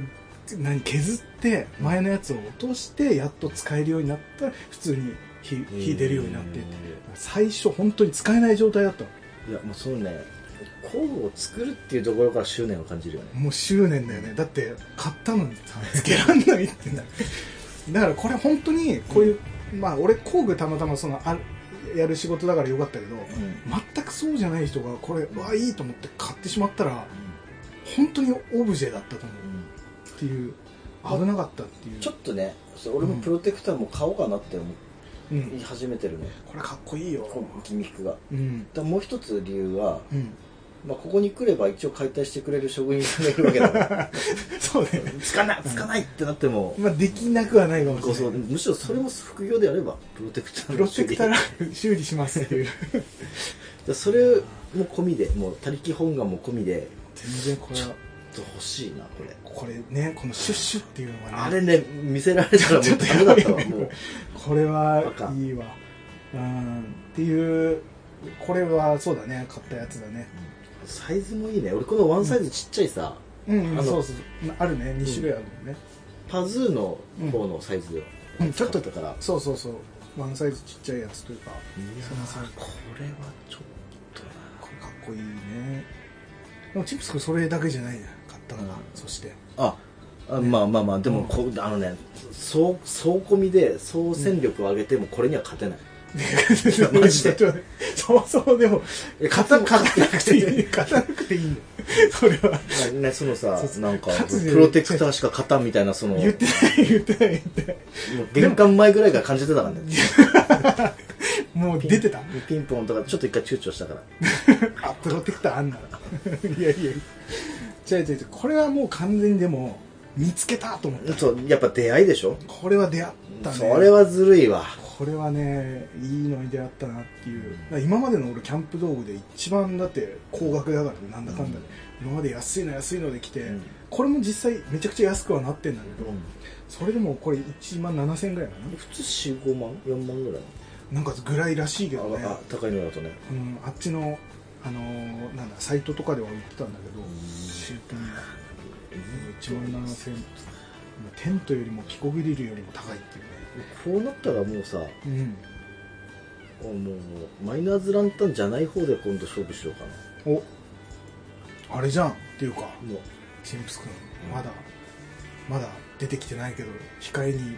A: 何削って前のやつを落としてやっと使えるようになったら普通に火火出るようになってって最初本当に使えない状態だったの
B: いやもうそうね工具を作るっていうところから執念を感じるよね
A: もう執念だよねだって買ったのにさつけらんないってなる だからこれ本当にこういう、まあ俺工具たまたまそのあやる仕事だからよかったけど
B: うん
A: 全くそうじゃない人がこれわあいいと思って買ってしまったら本当にオブジェだったと思うっていう危なかったっていう
B: ちょっとねそう俺もプロテクターも買おうかなって思
A: う
B: い
A: ん、
B: 始めてるね、
A: これかっこいいよ
B: このギミックが
A: うん
B: だもう一つ理由は、
A: うん、
B: まあ、ここに来れば一応解体してくれる職人さんがいるわけだから
A: そうだよね、
B: つかないつかないってなっても、
A: まあ、できなくはないかも
B: こう
A: し
B: そ
A: れ
B: う
A: ない
B: むしろそれも副業であればプロテクター
A: プ
B: の
A: ロテクター
B: 修
A: ライフ修理しますっていう
B: 理でそれも込みでもう他力本願も込みで
A: 全然これは
B: ちょっと欲しいなこれ
A: これねこのシュッシュっていうのがね
B: あれね見せられたらもうダメだったわもう
A: これ
B: バカ
A: はいいわうんっていうこれはそうだね買ったやつだね
B: サイズもいいね俺このワンサイズちっちゃいさ、
A: うん、
B: あ
A: う
B: の
A: ん、そうそうあるね2種類あるもんね、
B: パズーの方のサイズ、
A: うん
B: ちょっとだから
A: そうそうそうワンサイズちっちゃいやつというか
B: いや
A: そのサイズ
B: これはちょっとな
A: これかっこいいねでもチップス君それだけじゃないね買っ田中、
B: うん
A: そして
B: ああまあまあまあでもこ、うあのね総総込みで総戦力を上げてもこれには勝てない、やマジで
A: ちょっ と待ってそもそもでも
B: え勝つ
A: 勝たなくていい勝たなくていいのそれは
B: な ね、そのさ
A: そうそう
B: なんか
A: 勝つ
B: プロテクターしか勝たんみたいなその
A: 言ってない言ってない言ってない
B: もう玄関前ぐらいから感じてたからね
A: もう出てた
B: ピンポンとかちょっと一回躊躇したから
A: あプロテクターあんな らいやいや違う違う違うこれはもう完全にでも見つけたと思った
B: そうやっぱ出会いでしょ、
A: これは出会ったね
B: それはずるいわ
A: これはねいいのに出会ったなっていうだから今までの俺キャンプ道具で一番だって高額だからねなんだかんだで、今まで安いの安いので来て、
B: うん
A: これも実際めちゃくちゃ安くはなってんだけど、それでもこれ1万7000円ぐらいか
B: 普通45万4万ぐらい
A: ななんかぐらいらしいけどね
B: ああ高いのだとね
A: うん、あっちの、あのーなんだサイトとかでは売ってたんだけどシュートには1万7000円テントよりもピコグリルよりも高いってい
B: こうなったらもうさ
A: うね
B: もうマイナーズランタンじゃない方で今度勝負しようかな
A: うんおあれじゃんっていうか
B: もう
A: チンプス君
B: うん
A: まだまだ出てきてないけど控えに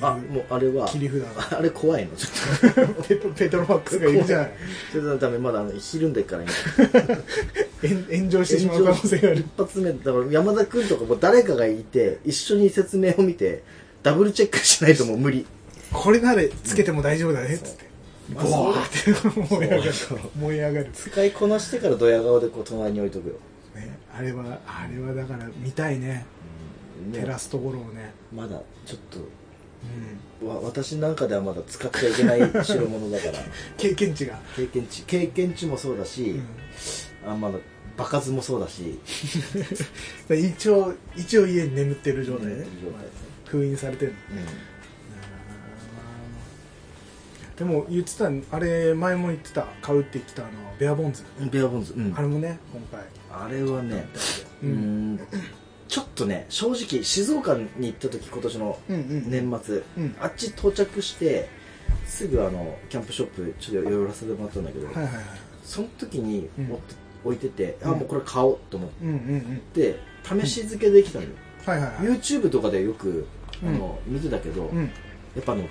B: あ
A: い
B: も
A: る
B: うあれは
A: 切り札が
B: あれ怖いのちょっ
A: ペトペトロファックスがいるじゃない
B: とちょっとダメまだあのひるんでっから今
A: 炎炎上してしまう可能性がある
B: 一発目だから山田君とかもう誰かがいて一緒に説明を見て ダブルチェックしないともう無理
A: これならつけても大丈夫だねっつって
B: うん
A: ボワーって燃え上がる
B: そう
A: 燃え上がる
B: 使いこなしてからドヤ顔でこう隣に置いとくよ、
A: ね、あれはあれはだから見たいね
B: ね
A: 照らすところをね、
B: まだちょっ
A: うん、
B: とわ私なんかではまだ使っちゃいけない代物だから
A: 経験値が、
B: 経験値経験値もそうだし、
A: うん
B: あまだ場数もそうだし
A: で一応一応家に眠ってる状態ね、
B: 眠ってる状態
A: まあ封印されてるのでも言ってたあれ前も言ってた買うって言ってたあのベアボンズ、
B: うんベアボンズ、うん
A: あれもね今回
B: あれはね
A: う
B: うんーんちょっとね正直静岡に行った時今年の
A: うんうん
B: 年末、
A: うん
B: あっち到着してすぐあのキャンプショップちょっと寄らせてもらったんだけど、
A: はいはいはい
B: その時に
A: うん
B: 持って、置いてて、
A: う
B: あ
A: ん
B: もうこれ買おうと思っ
A: うんうんうん
B: て試し付けできたのよ、
A: はいはいはい
B: YouTube とかでよく
A: うん
B: あの、見てたけど、
A: う
B: や
A: ん
B: っぱあの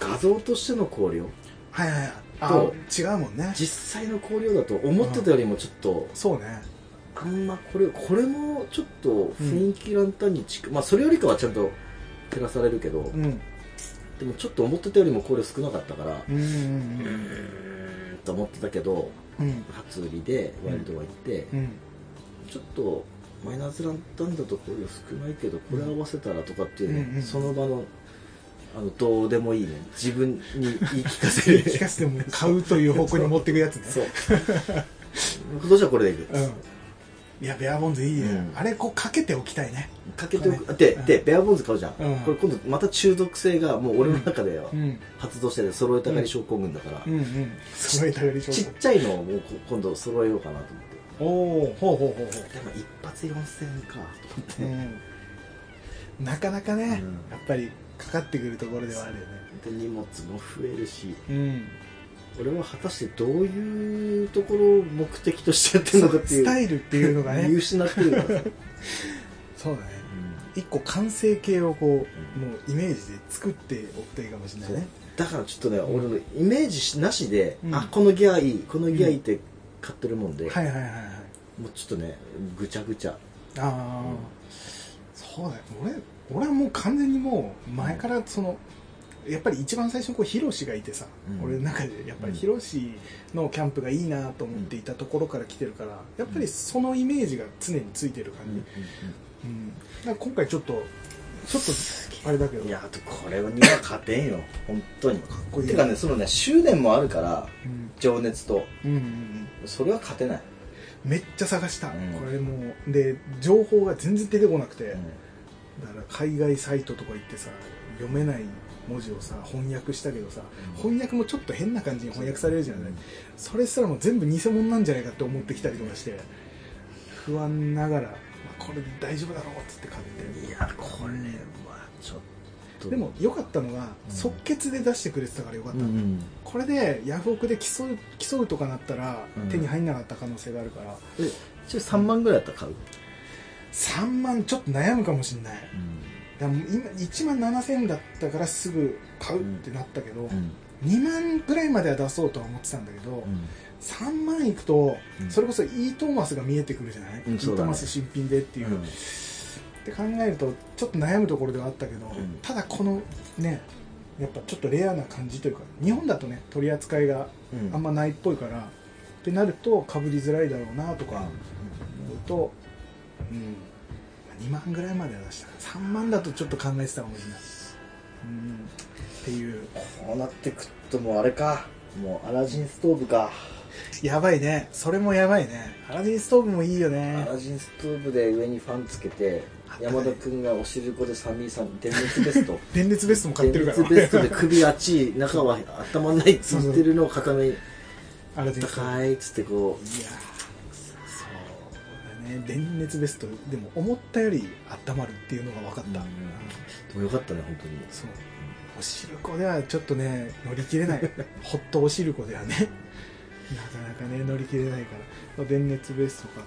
B: 画像としての光量
A: はいはいはいあ
B: と
A: 違うもんね
B: 実際の光量だと思ってたよりもちょっと、
A: そうね
B: あんまこれこれもちょっと雰囲気ランタンに近く、まあそれよりかはちゃんと照らされるけど、
A: うん
B: でもちょっと思ってたよりも光量少なかったから、
A: うんうん
B: うーんと思ってたけど
A: うんうん
B: 初売りでワイルドは行って、
A: うん
B: ちょっとマイナーズランタンだとこういう少ないけどこれ合わせたらとかっていうね、
A: うんうん
B: その場のあのどうでもいいね自分に言い聞かせる
A: 聞かせても買うという方向に持っていくやつね
B: そう今年はこれでいく、
A: うんいやベアボンズいいね、
B: うん
A: あれこうかけておきたいね
B: かけておくで,、でベアボンズ買うじゃん、
A: うん
B: これ今度また中毒性がもう俺の中では
A: ん
B: 発動してて揃えたがり症候群だから、
A: うんうん 揃えたより
B: ちっちゃいのをもうこ今度揃えようかなと思って
A: おおーほうほうほうほ
B: でも一発4000円かと思って、
A: う、うん、なかなかね、
B: うん
A: やっぱりかかってくるところではあるよね
B: で荷物も増えるし
A: うん
B: 俺は果たしてどういうところを目的としてやってるのかってい
A: ス
B: う
A: タイルっていうのが
B: 見
A: ね
B: 失ってるからさ、
A: そうだね一個完成形をこう、
B: うん
A: もうイメージで作っておくといいかもしれないね
B: だからちょっとね、俺のイメージなしで、
A: うん
B: あこのギアいいこのギアいいって買ってるもんで、
A: はいはいはいはい
B: もうちょっとねぐちゃぐちゃ
A: ああ、そうだよ俺俺はもう完全にもう前からそのやっぱり一番最初こうヒロシがいてさ、
B: うん
A: 俺の中でやっぱり
B: うん
A: ヒロシのキャンプがいいなと思っていたところから来てるからやっぱりそのイメージが常についてる感じ、うんだから今回ちょっとちょっとあれだけど
B: いやあとこれには勝てんよ本当にかっ
A: こいい
B: てかねそのね執念もあるから
A: うん
B: 情熱と
A: うんうんうん
B: それは勝てない、
A: めっちゃ探した、
B: うん
A: これもうで情報が全然出てこなくて、だから海外サイトとか行ってさ読めない文字をさ翻訳したけどさ
B: うん
A: 翻訳もちょっと変な感じに翻訳されるじゃない、それすらも全部偽物なんじゃないかって思ってきたりとかして不安ながら、まあこれで大丈夫だろうっつって買って
B: いやこれはちょっと
A: でも良かったのが
B: うん
A: 即決で出してくれてたから良かった、
B: ん
A: これでヤフオクで競う競うとかなったら
B: うん
A: 手に入んなかった可能性があるから、
B: えちょ3万ぐらいだったら買う
A: 3万ちょっと悩むかもしれないだからもう今1万7000円だったからすぐ買うってなったけど、
B: うん
A: 2万ぐらいまでは出そうとは思ってたんだけど、
B: うん
A: 3万いくと、
B: うん
A: それこそイートーマスが見えてくるじゃない、
B: うん
A: イ
B: そう
A: ート
B: だね
A: ーマス新品でっていう、
B: うん
A: って考えるとちょっと悩むところではあったけど、
B: ん
A: ただこのねやっぱちょっとレアな感じというか日本だとね取り扱いが
B: うん
A: あんまないっぽいから、ってなるとかぶりづらいだろうなとか
B: うん
A: 思うと、うん2万ぐらいまでは出したから3万だとちょっと考えてたかもしれない、うん、っていう
B: こうなってくっともうあれかもうアラジンストーブか
A: やばいねそれもやばいねアラジンストーブもいいよ
B: ア
A: ね
B: ラジンストーブで上にファンつけて
A: あったね
B: 山田君がお汁粉でサミー さん電熱ベスト
A: 電熱ベストも買ってるから
B: 電熱ベストで首あっちい中は温まんないっつってるのを固めに
A: アラジンストーブ
B: 高いっつってこ
A: いやーそうだね電熱ベストでも思ったより温まるっていうのが分かった、
B: うんうでもよかったね本当に
A: そうおしるこではちょっとね乗り切れない ホットおしるこではねなかなかね乗り切れないから電熱ベスト買っ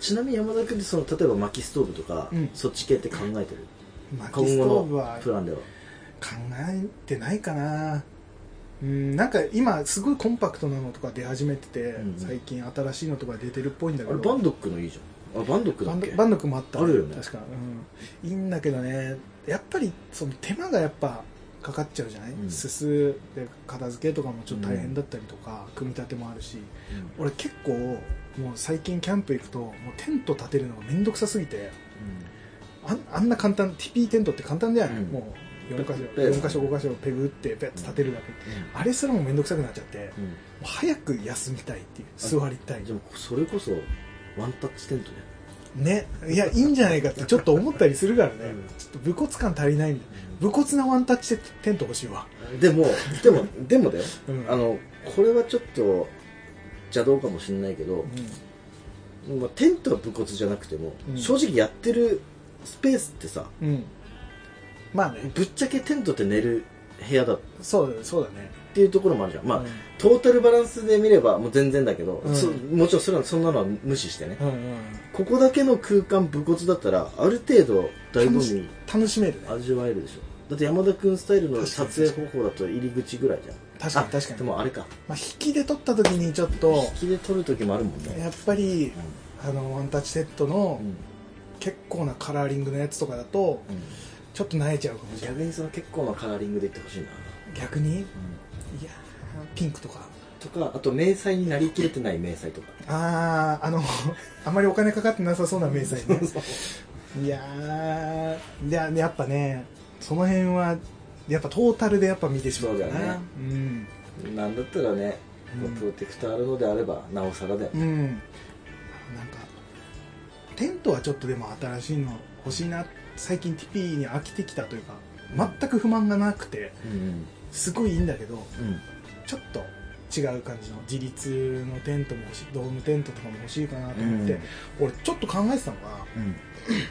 B: ちなみに山田君ってその例えば薪ストーブとか、
A: うん
B: そっち系って考えて
A: て
B: る
A: 薪
B: 今
A: ストー
B: 後
A: ブ
B: の
A: は
B: プランでは
A: 考えてないかなうんなんか今すごいコンパクトなのとか出始めてて、
B: うん
A: 最近新しいのとか出てるっぽいんだ
B: あ
A: けど
B: れバンドックのいいじゃんあバンドックだ
A: バ
B: っ
A: ンド
B: け
A: バンド君もあった
B: あるよね
A: 確か、うん、いいんだけどねやっぱりその手間がやっぱかかっちゃうじゃない、
B: うん
A: すすで片付けとかもちょっと大変だったりとか、組み立てもあるし
B: うん
A: 俺結構もう最近キャンプ行くともうテント立てるのが面倒くさすぎてあんあんな簡単ティピーテントって簡単じゃない、
B: うん
A: もう4箇所
B: ペッ
A: 4箇所5箇所ペグってペッて立てるだけ、あれすらも面倒くさくなっちゃっても
B: うんうん
A: う早く休みたいっていう座りたい
B: でもそれこそワンタッチテントね
A: ねいやいいんじゃないかってちょっと思ったりするからね、
B: うん
A: ちょっと武骨感足りないんだ武骨なワンタッチテント欲しいわ、
B: でもでもでもだよ
A: うん
B: あのこれはちょっと邪道かもしれないけど、まあ、テントは武骨じゃなくても、
A: うん
B: 正直やってるスペースってさ
A: うん、うんまあね
B: ぶっちゃけテントって寝る部屋だっ
A: そうだねそうだね
B: ていうところもあるじゃんまあ、
A: うん
B: トータルバランスで見ればもう全然だけど、
A: うん
B: そもちろんそれはそんなのは無視してね
A: うんうんうん
B: ここだけの空間武骨だったらある程度醍醐
A: 楽し
B: 味
A: 楽しめるね
B: 味わえるでしょだって山田君スタイルの
A: 確かに
B: 撮影方法だと入り口ぐらいじゃん
A: 確かに
B: あ
A: 確かに
B: でもあれか
A: まあ、引きで撮った時にちょっと
B: 引きで撮る時もあるもんね
A: やっぱりあのワンタッチテントの
B: うんうん
A: 結構なカラーリングのやつとかだと
B: うん
A: ちょっと慣れちゃうかもしれない
B: 逆にその結構なカラーリングでいってほしいな、
A: 逆にいやーピンクとか
B: とかあと迷彩になりきれてない迷彩とか
A: あああの あまりお金かかってなさそうな明細ね
B: そう
A: いやーいややっぱねその辺はやっぱトータルでやっぱ見てしまうか
B: そうだよ
A: な
B: ね
A: うん
B: なんだったらね、
A: う
B: もうんプロテクターあるのであればなおさらだよ、
A: うんなんかテントはちょっとでも新しいの欲しいな最近ティピーに飽きてきたというか全く不満がなくて
B: うん
A: すごいいいんだけど
B: うん
A: ちょっと違う感じの自立のテントも欲しいドームテントとかも欲しいかなと思って、
B: うん
A: 俺ちょっと考えてたのが
B: うん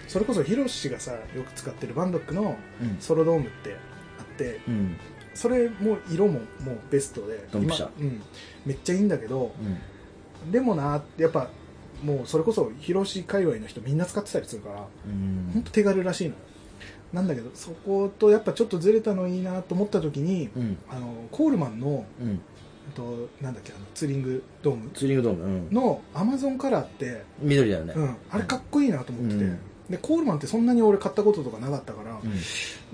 A: それこそヒロシがさよく使ってるバンドックの
B: うん
A: ソロドームってあって
B: うん
A: それも色ももうベストで
B: ドンピシャ
A: 今うん、めっちゃいいんだけど
B: うん
A: でもなやっぱもうそれこそ広島界隈の人みんな使ってたりするから
B: うん
A: ほんと手軽らしいのよなんだけどそことやっぱちょっとずれたのいいなと思った時に
B: うん
A: あのコールマンの
B: うん
A: えっとなんだっけあのツーリングドーム
B: ツーリングドームうん
A: のアマゾンカラーって、
B: 緑だよね
A: うん、あれかっこいいなと思ってて、
B: うん
A: でコールマンってそんなに俺買ったこととかなかったから、
B: う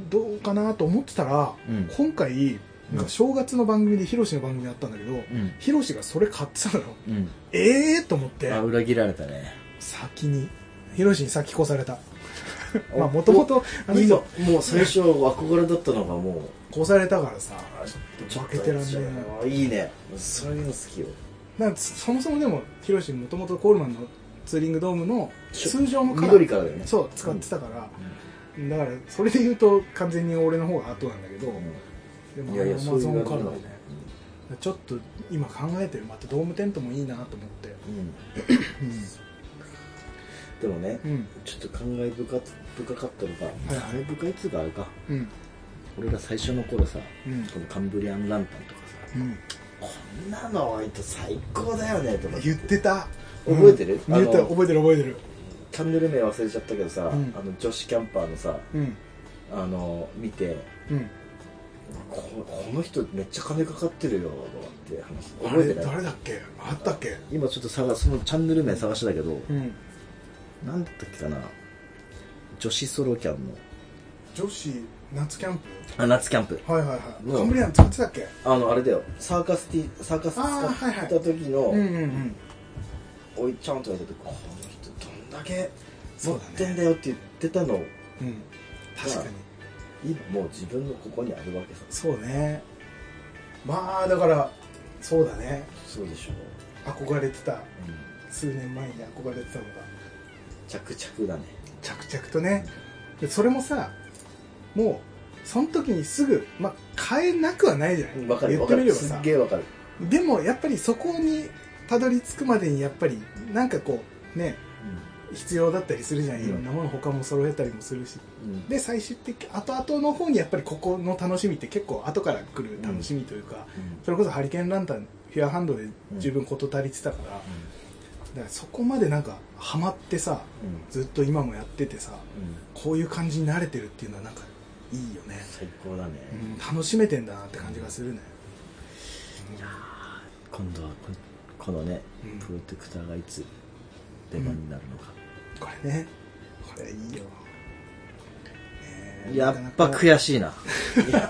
A: どうかなと思ってたら、
B: うん
A: 今回なんか正月の番組でヒロシの番組あったんだけど、
B: ん
A: ヒロシがそれ買ってたのよ
B: うん
A: ええー、と思って
B: あ裏切られたね
A: 先にヒロシに先越され た
B: お
A: まあもともとあの人
B: もう最初憧れだったのがもう
A: 越されたからさ
B: ちょっ
A: 負けてらんねえ
B: といいねそういうの好きよ
A: なんかそもそもでもヒロシもともとコールマンのツーリングドームの通常のカラー
B: 緑からだよね
A: そう使ってたから、だからそれで言うと完全に俺の方が後なんだけど、で
B: うん
A: も
B: いやいや
A: ア
B: そう
A: マ
B: い
A: ゾ
B: う
A: ン
B: の
A: カラーねちょっと今考えてるまたドームテントもいいなと思って
B: うんでもね
A: うん、うん
B: ちょっと感慨深つ深かったのが
A: い
B: 感慨深いっつうかあれか
A: うん
B: 俺ら最初の頃さ
A: うん
B: このカンブリアンランタンとかさこんなの置いと最高だよねとか
A: 言ってた
B: 覚えてる
A: うん言って
B: あ
A: た
B: の
A: 覚えてる覚えてる
B: チャンネル名忘れちゃったけどさ、
A: うん
B: あの女子キャンパーのさ
A: うん
B: あの見て
A: うん
B: ここの人めっちゃ金かかってるよって話
A: あ
B: 覚
A: れ
B: えてない
A: 誰だっけあったっけ
B: 今ちょっと探そのチャンネル名探してたけど
A: うん
B: なんだったっけかな女子ソロキャンの
A: 女子夏キャンプ
B: あ夏キャンプ
A: はいはいはい
B: うん
A: カンブリアン使ってたっけ
B: あのあれだよサーカスティサーカス
A: あー
B: 使
A: はいは
B: っ
A: い
B: た時の
A: うんうんうん
B: おいちゃんとやった時この人どんだけ持
A: そう
B: っ
A: だね
B: てんだよって言ってたの
A: うん確かに
B: 今もう自分のここにあるわけさ
A: そうねまあだからそうだね
B: そうでしょう、
A: 憧れてた
B: うん、
A: 数年前に憧れてたのが
B: 着々だね
A: 着々とねでそれもさもうその時にすぐ、まあ、変えなくはないじゃない、
B: うんわかる
A: 言
B: わ
A: って
B: か
A: みれ
B: る
A: ば
B: す
A: さ
B: っげえわかる
A: でもやっぱりそこにたどり着くまでにやっぱりなんかこうね必要だったりするじゃない、
B: うん
A: いろんなもの他も揃えたりもするし
B: うん、うん
A: で最終的後々の方にやっぱりここの楽しみって結構後から来る楽しみというか、それこそハリケーンランタンフィアハンドで十分事足りてたから,、だからそこまでなんかハマってさ
B: うんうん
A: ずっと今もやっててさ、
B: うん
A: こういう感じに慣れてるっていうのはなんかいいよね、
B: 最高だね、
A: うん、楽しめてんだなって感じがするね、
B: 今度はここのね
A: うん
B: プロテクターがいつ出番になるのか、
A: これねこれいいよ、ねえ
B: やっ
A: な
B: ぱ
A: かなか
B: 悔しいなや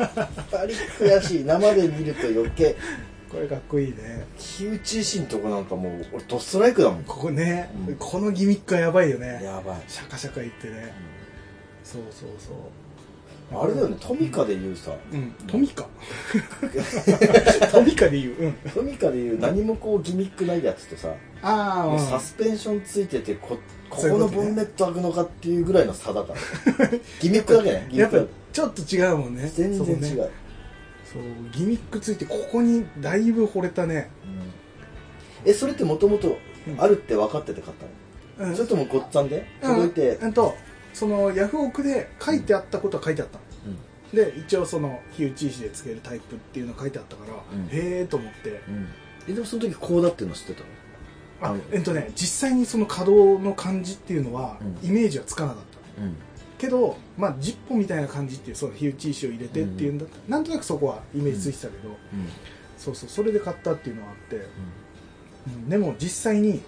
B: っぱり悔しい生で見ると余計
A: これかっこいいね
B: 木内石のとこなんかもう俺ドストライクだもん
A: ここね、
B: うん
A: このギミックはやばいよね
B: やばい、
A: シャカシャカいってねそうそうそう
B: あれだよねトミカで言うさ
A: うんト ミカトミカで言ううん
B: トミカで言う何もこうギミックないやつとさ、
A: ああ、
B: も
A: う
B: うんサスペンションついててここ
A: そうい
B: こ
A: うこ
B: の
A: とね
B: ボンネット開くのかっていうぐらいの差だからギミックだけ ねギミ
A: や
B: ッ
A: っ
B: ク
A: ぱ
B: だけ
A: ちょっと違うもんね
B: 全
A: そこ
B: 然違
A: ね
B: う、
A: そうギミックついてここにだいぶ惚れたね、
B: うんえそれってもともとあるって分かってて買ったの、
A: うん、
B: それともごっつぁんで届いて
A: うん、うんとそのヤフオクで書いてあったことは書いてあったの
B: うん
A: で一応その火打ち石でつけるタイプっていうの書いてあったから、
B: うん
A: へえと思って
B: えでもその時こうだっていうの知ってたの
A: あ、
B: うん
A: えっとね実際にその稼働の感じっていうのは、
B: う
A: イメージはつかなかった
B: うん
A: けどまあジッポみたいな感じっていうその火打ち石を入れてっていうんだった、なんとなくそこはイメージついてたけど、
B: うん
A: そうそうそれで買ったっていうのはあって、うんでも実際に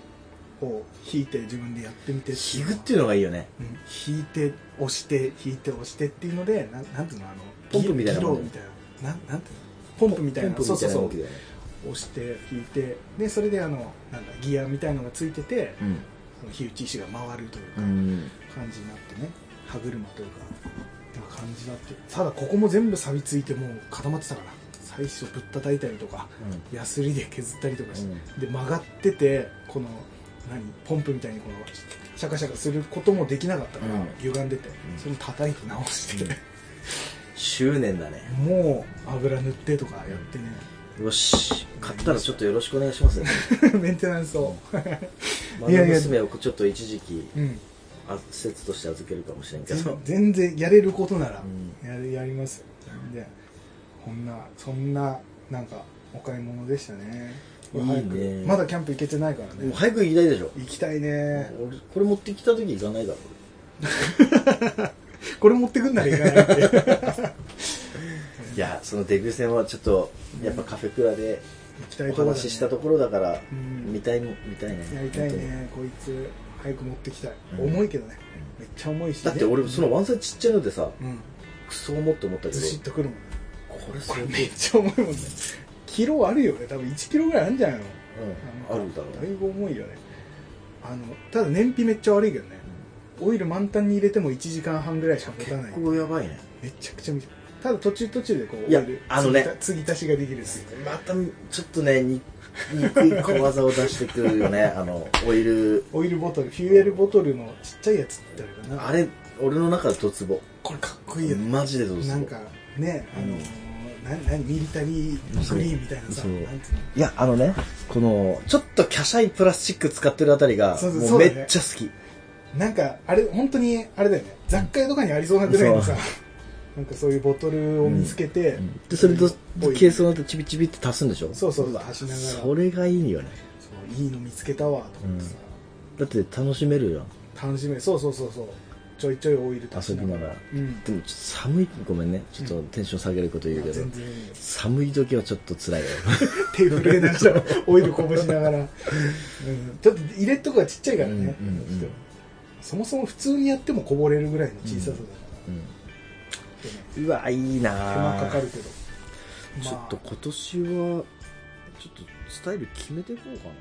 A: こう引いて自分でやってみて
B: ヒグっていうのがいいよね
A: うん引いて押して引いて押してっていうのでなんなんていうのあの
B: ポンプみたいな
A: ギ
B: も
A: ロ
B: んだよ
A: ーみたいななんなんていうのポンプみたいな
B: ポンプ
A: そう
B: みた
A: そ
B: いう
A: そ
B: な動
A: う
B: きだよね
A: 押して引いてでそれであのなんだギアみたいのがついてて
B: うん
A: その火打ち石が回るというか、
B: うん
A: 感じになってね歯車というかっていう感じだってただここも全部錆びついてもう固まってたから最初ぶったたいたりとかヤスリで削ったりとかして、で曲がっててこの何ポンプみたいにこのシャカシャカすることもできなかったから、
B: うん
A: 歪んでて、
B: ん
A: それも叩いて直して、
B: 執念だね
A: もう油塗ってとかやってね、
B: よし買ったらちょっとよろしくお願いしますね
A: メンテナンスを
B: マ
A: いやいや
B: 娘をちょっと一時期
A: うん
B: あ施設として預けるかもしれんけ
A: 全
B: ど
A: 全然やれることなら
B: う
A: やるやりますよでこんなそんななんかお買い物でしたね
B: いいね
A: 早くまだキャンプ行けてないから
B: もう
A: ね
B: 早く行きたいでしょ
A: 行きたいね
B: 俺これ持ってきた時行かないだろ
A: これ持ってくんなら行かないって
B: いやそのデビュー戦はちょっとやっぱカフェクラで
A: 行きたい
B: お
A: ところだね
B: 話ししたところだから
A: うん
B: 見たいも見たいね
A: やりたいねこいつ早く持ってきたい
B: うん
A: 重いけどねめっちゃ重いし
B: だって俺そのワンサイズちっちゃいのでさ
A: うん
B: クソ重って思ったけど
A: ずしっとくるもん
B: これ
A: こ
B: 相
A: れ
B: 当
A: めっちゃ重いもんねキロあるよね多分1キロぐらいあるんじゃないの
B: うんあるだろう
A: だいぶ重いよねあのただ燃費めっちゃ悪いけどねオイル満タンに入れても1時間半ぐらいしか持たない
B: 結構やばいね
A: めちゃくちゃ短いただ途中途中でこう
B: いや
A: オイル
B: あのね
A: 継ぎ足しができるし
B: またちょっとねに憎い小技を出してくる よねあのオイル
A: オイルボトルフューエルボトルのちっちゃいやつってあるかな
B: あれ俺の中でドツボ
A: これかっこいいよね、
B: マジでドツボ
A: なんかねあのー、な何ミリタリーグリーンみたいなさ
B: そう
A: なんつうの
B: いやあのねこのちょっと華奢いプラスチック使ってるあたりが
A: そうそう
B: も
A: そううだ
B: め
A: ね
B: っちゃ好き
A: なんかあれ本当にあれだよね雑貨屋とかにありそうなぐらいのさ なんかそういうボトルを見つけて、
B: でそれと
A: オイル
B: ケースをチビチビって足すんでしょ
A: そうそうそう足しながら
B: それがいいよね
A: そういいの見つけたわと思ってさ、
B: だって楽しめるよ
A: 楽しめそうそうそうそうちょいちょいオイル足
B: 遊
A: しな
B: び
A: が
B: な
A: ら
B: がら。
A: うん
B: でもちょっと寒い、ごめんね。ちょっとテンション下げること言うけど、
A: 全然いいです
B: 寒い時はちょっと 辛いよ。
A: 手震えながらオイルこぼしながら、うん、ちょっと入れっとこがちっちゃいからね、
B: うんうんうん
A: そもそも普通にやってもこぼれるぐらいの小ささだから、でね
B: うんうわ、いいな
A: 手間かかるけど、
B: ちょっと今年は、ちょっとスタイル決めていこうかな。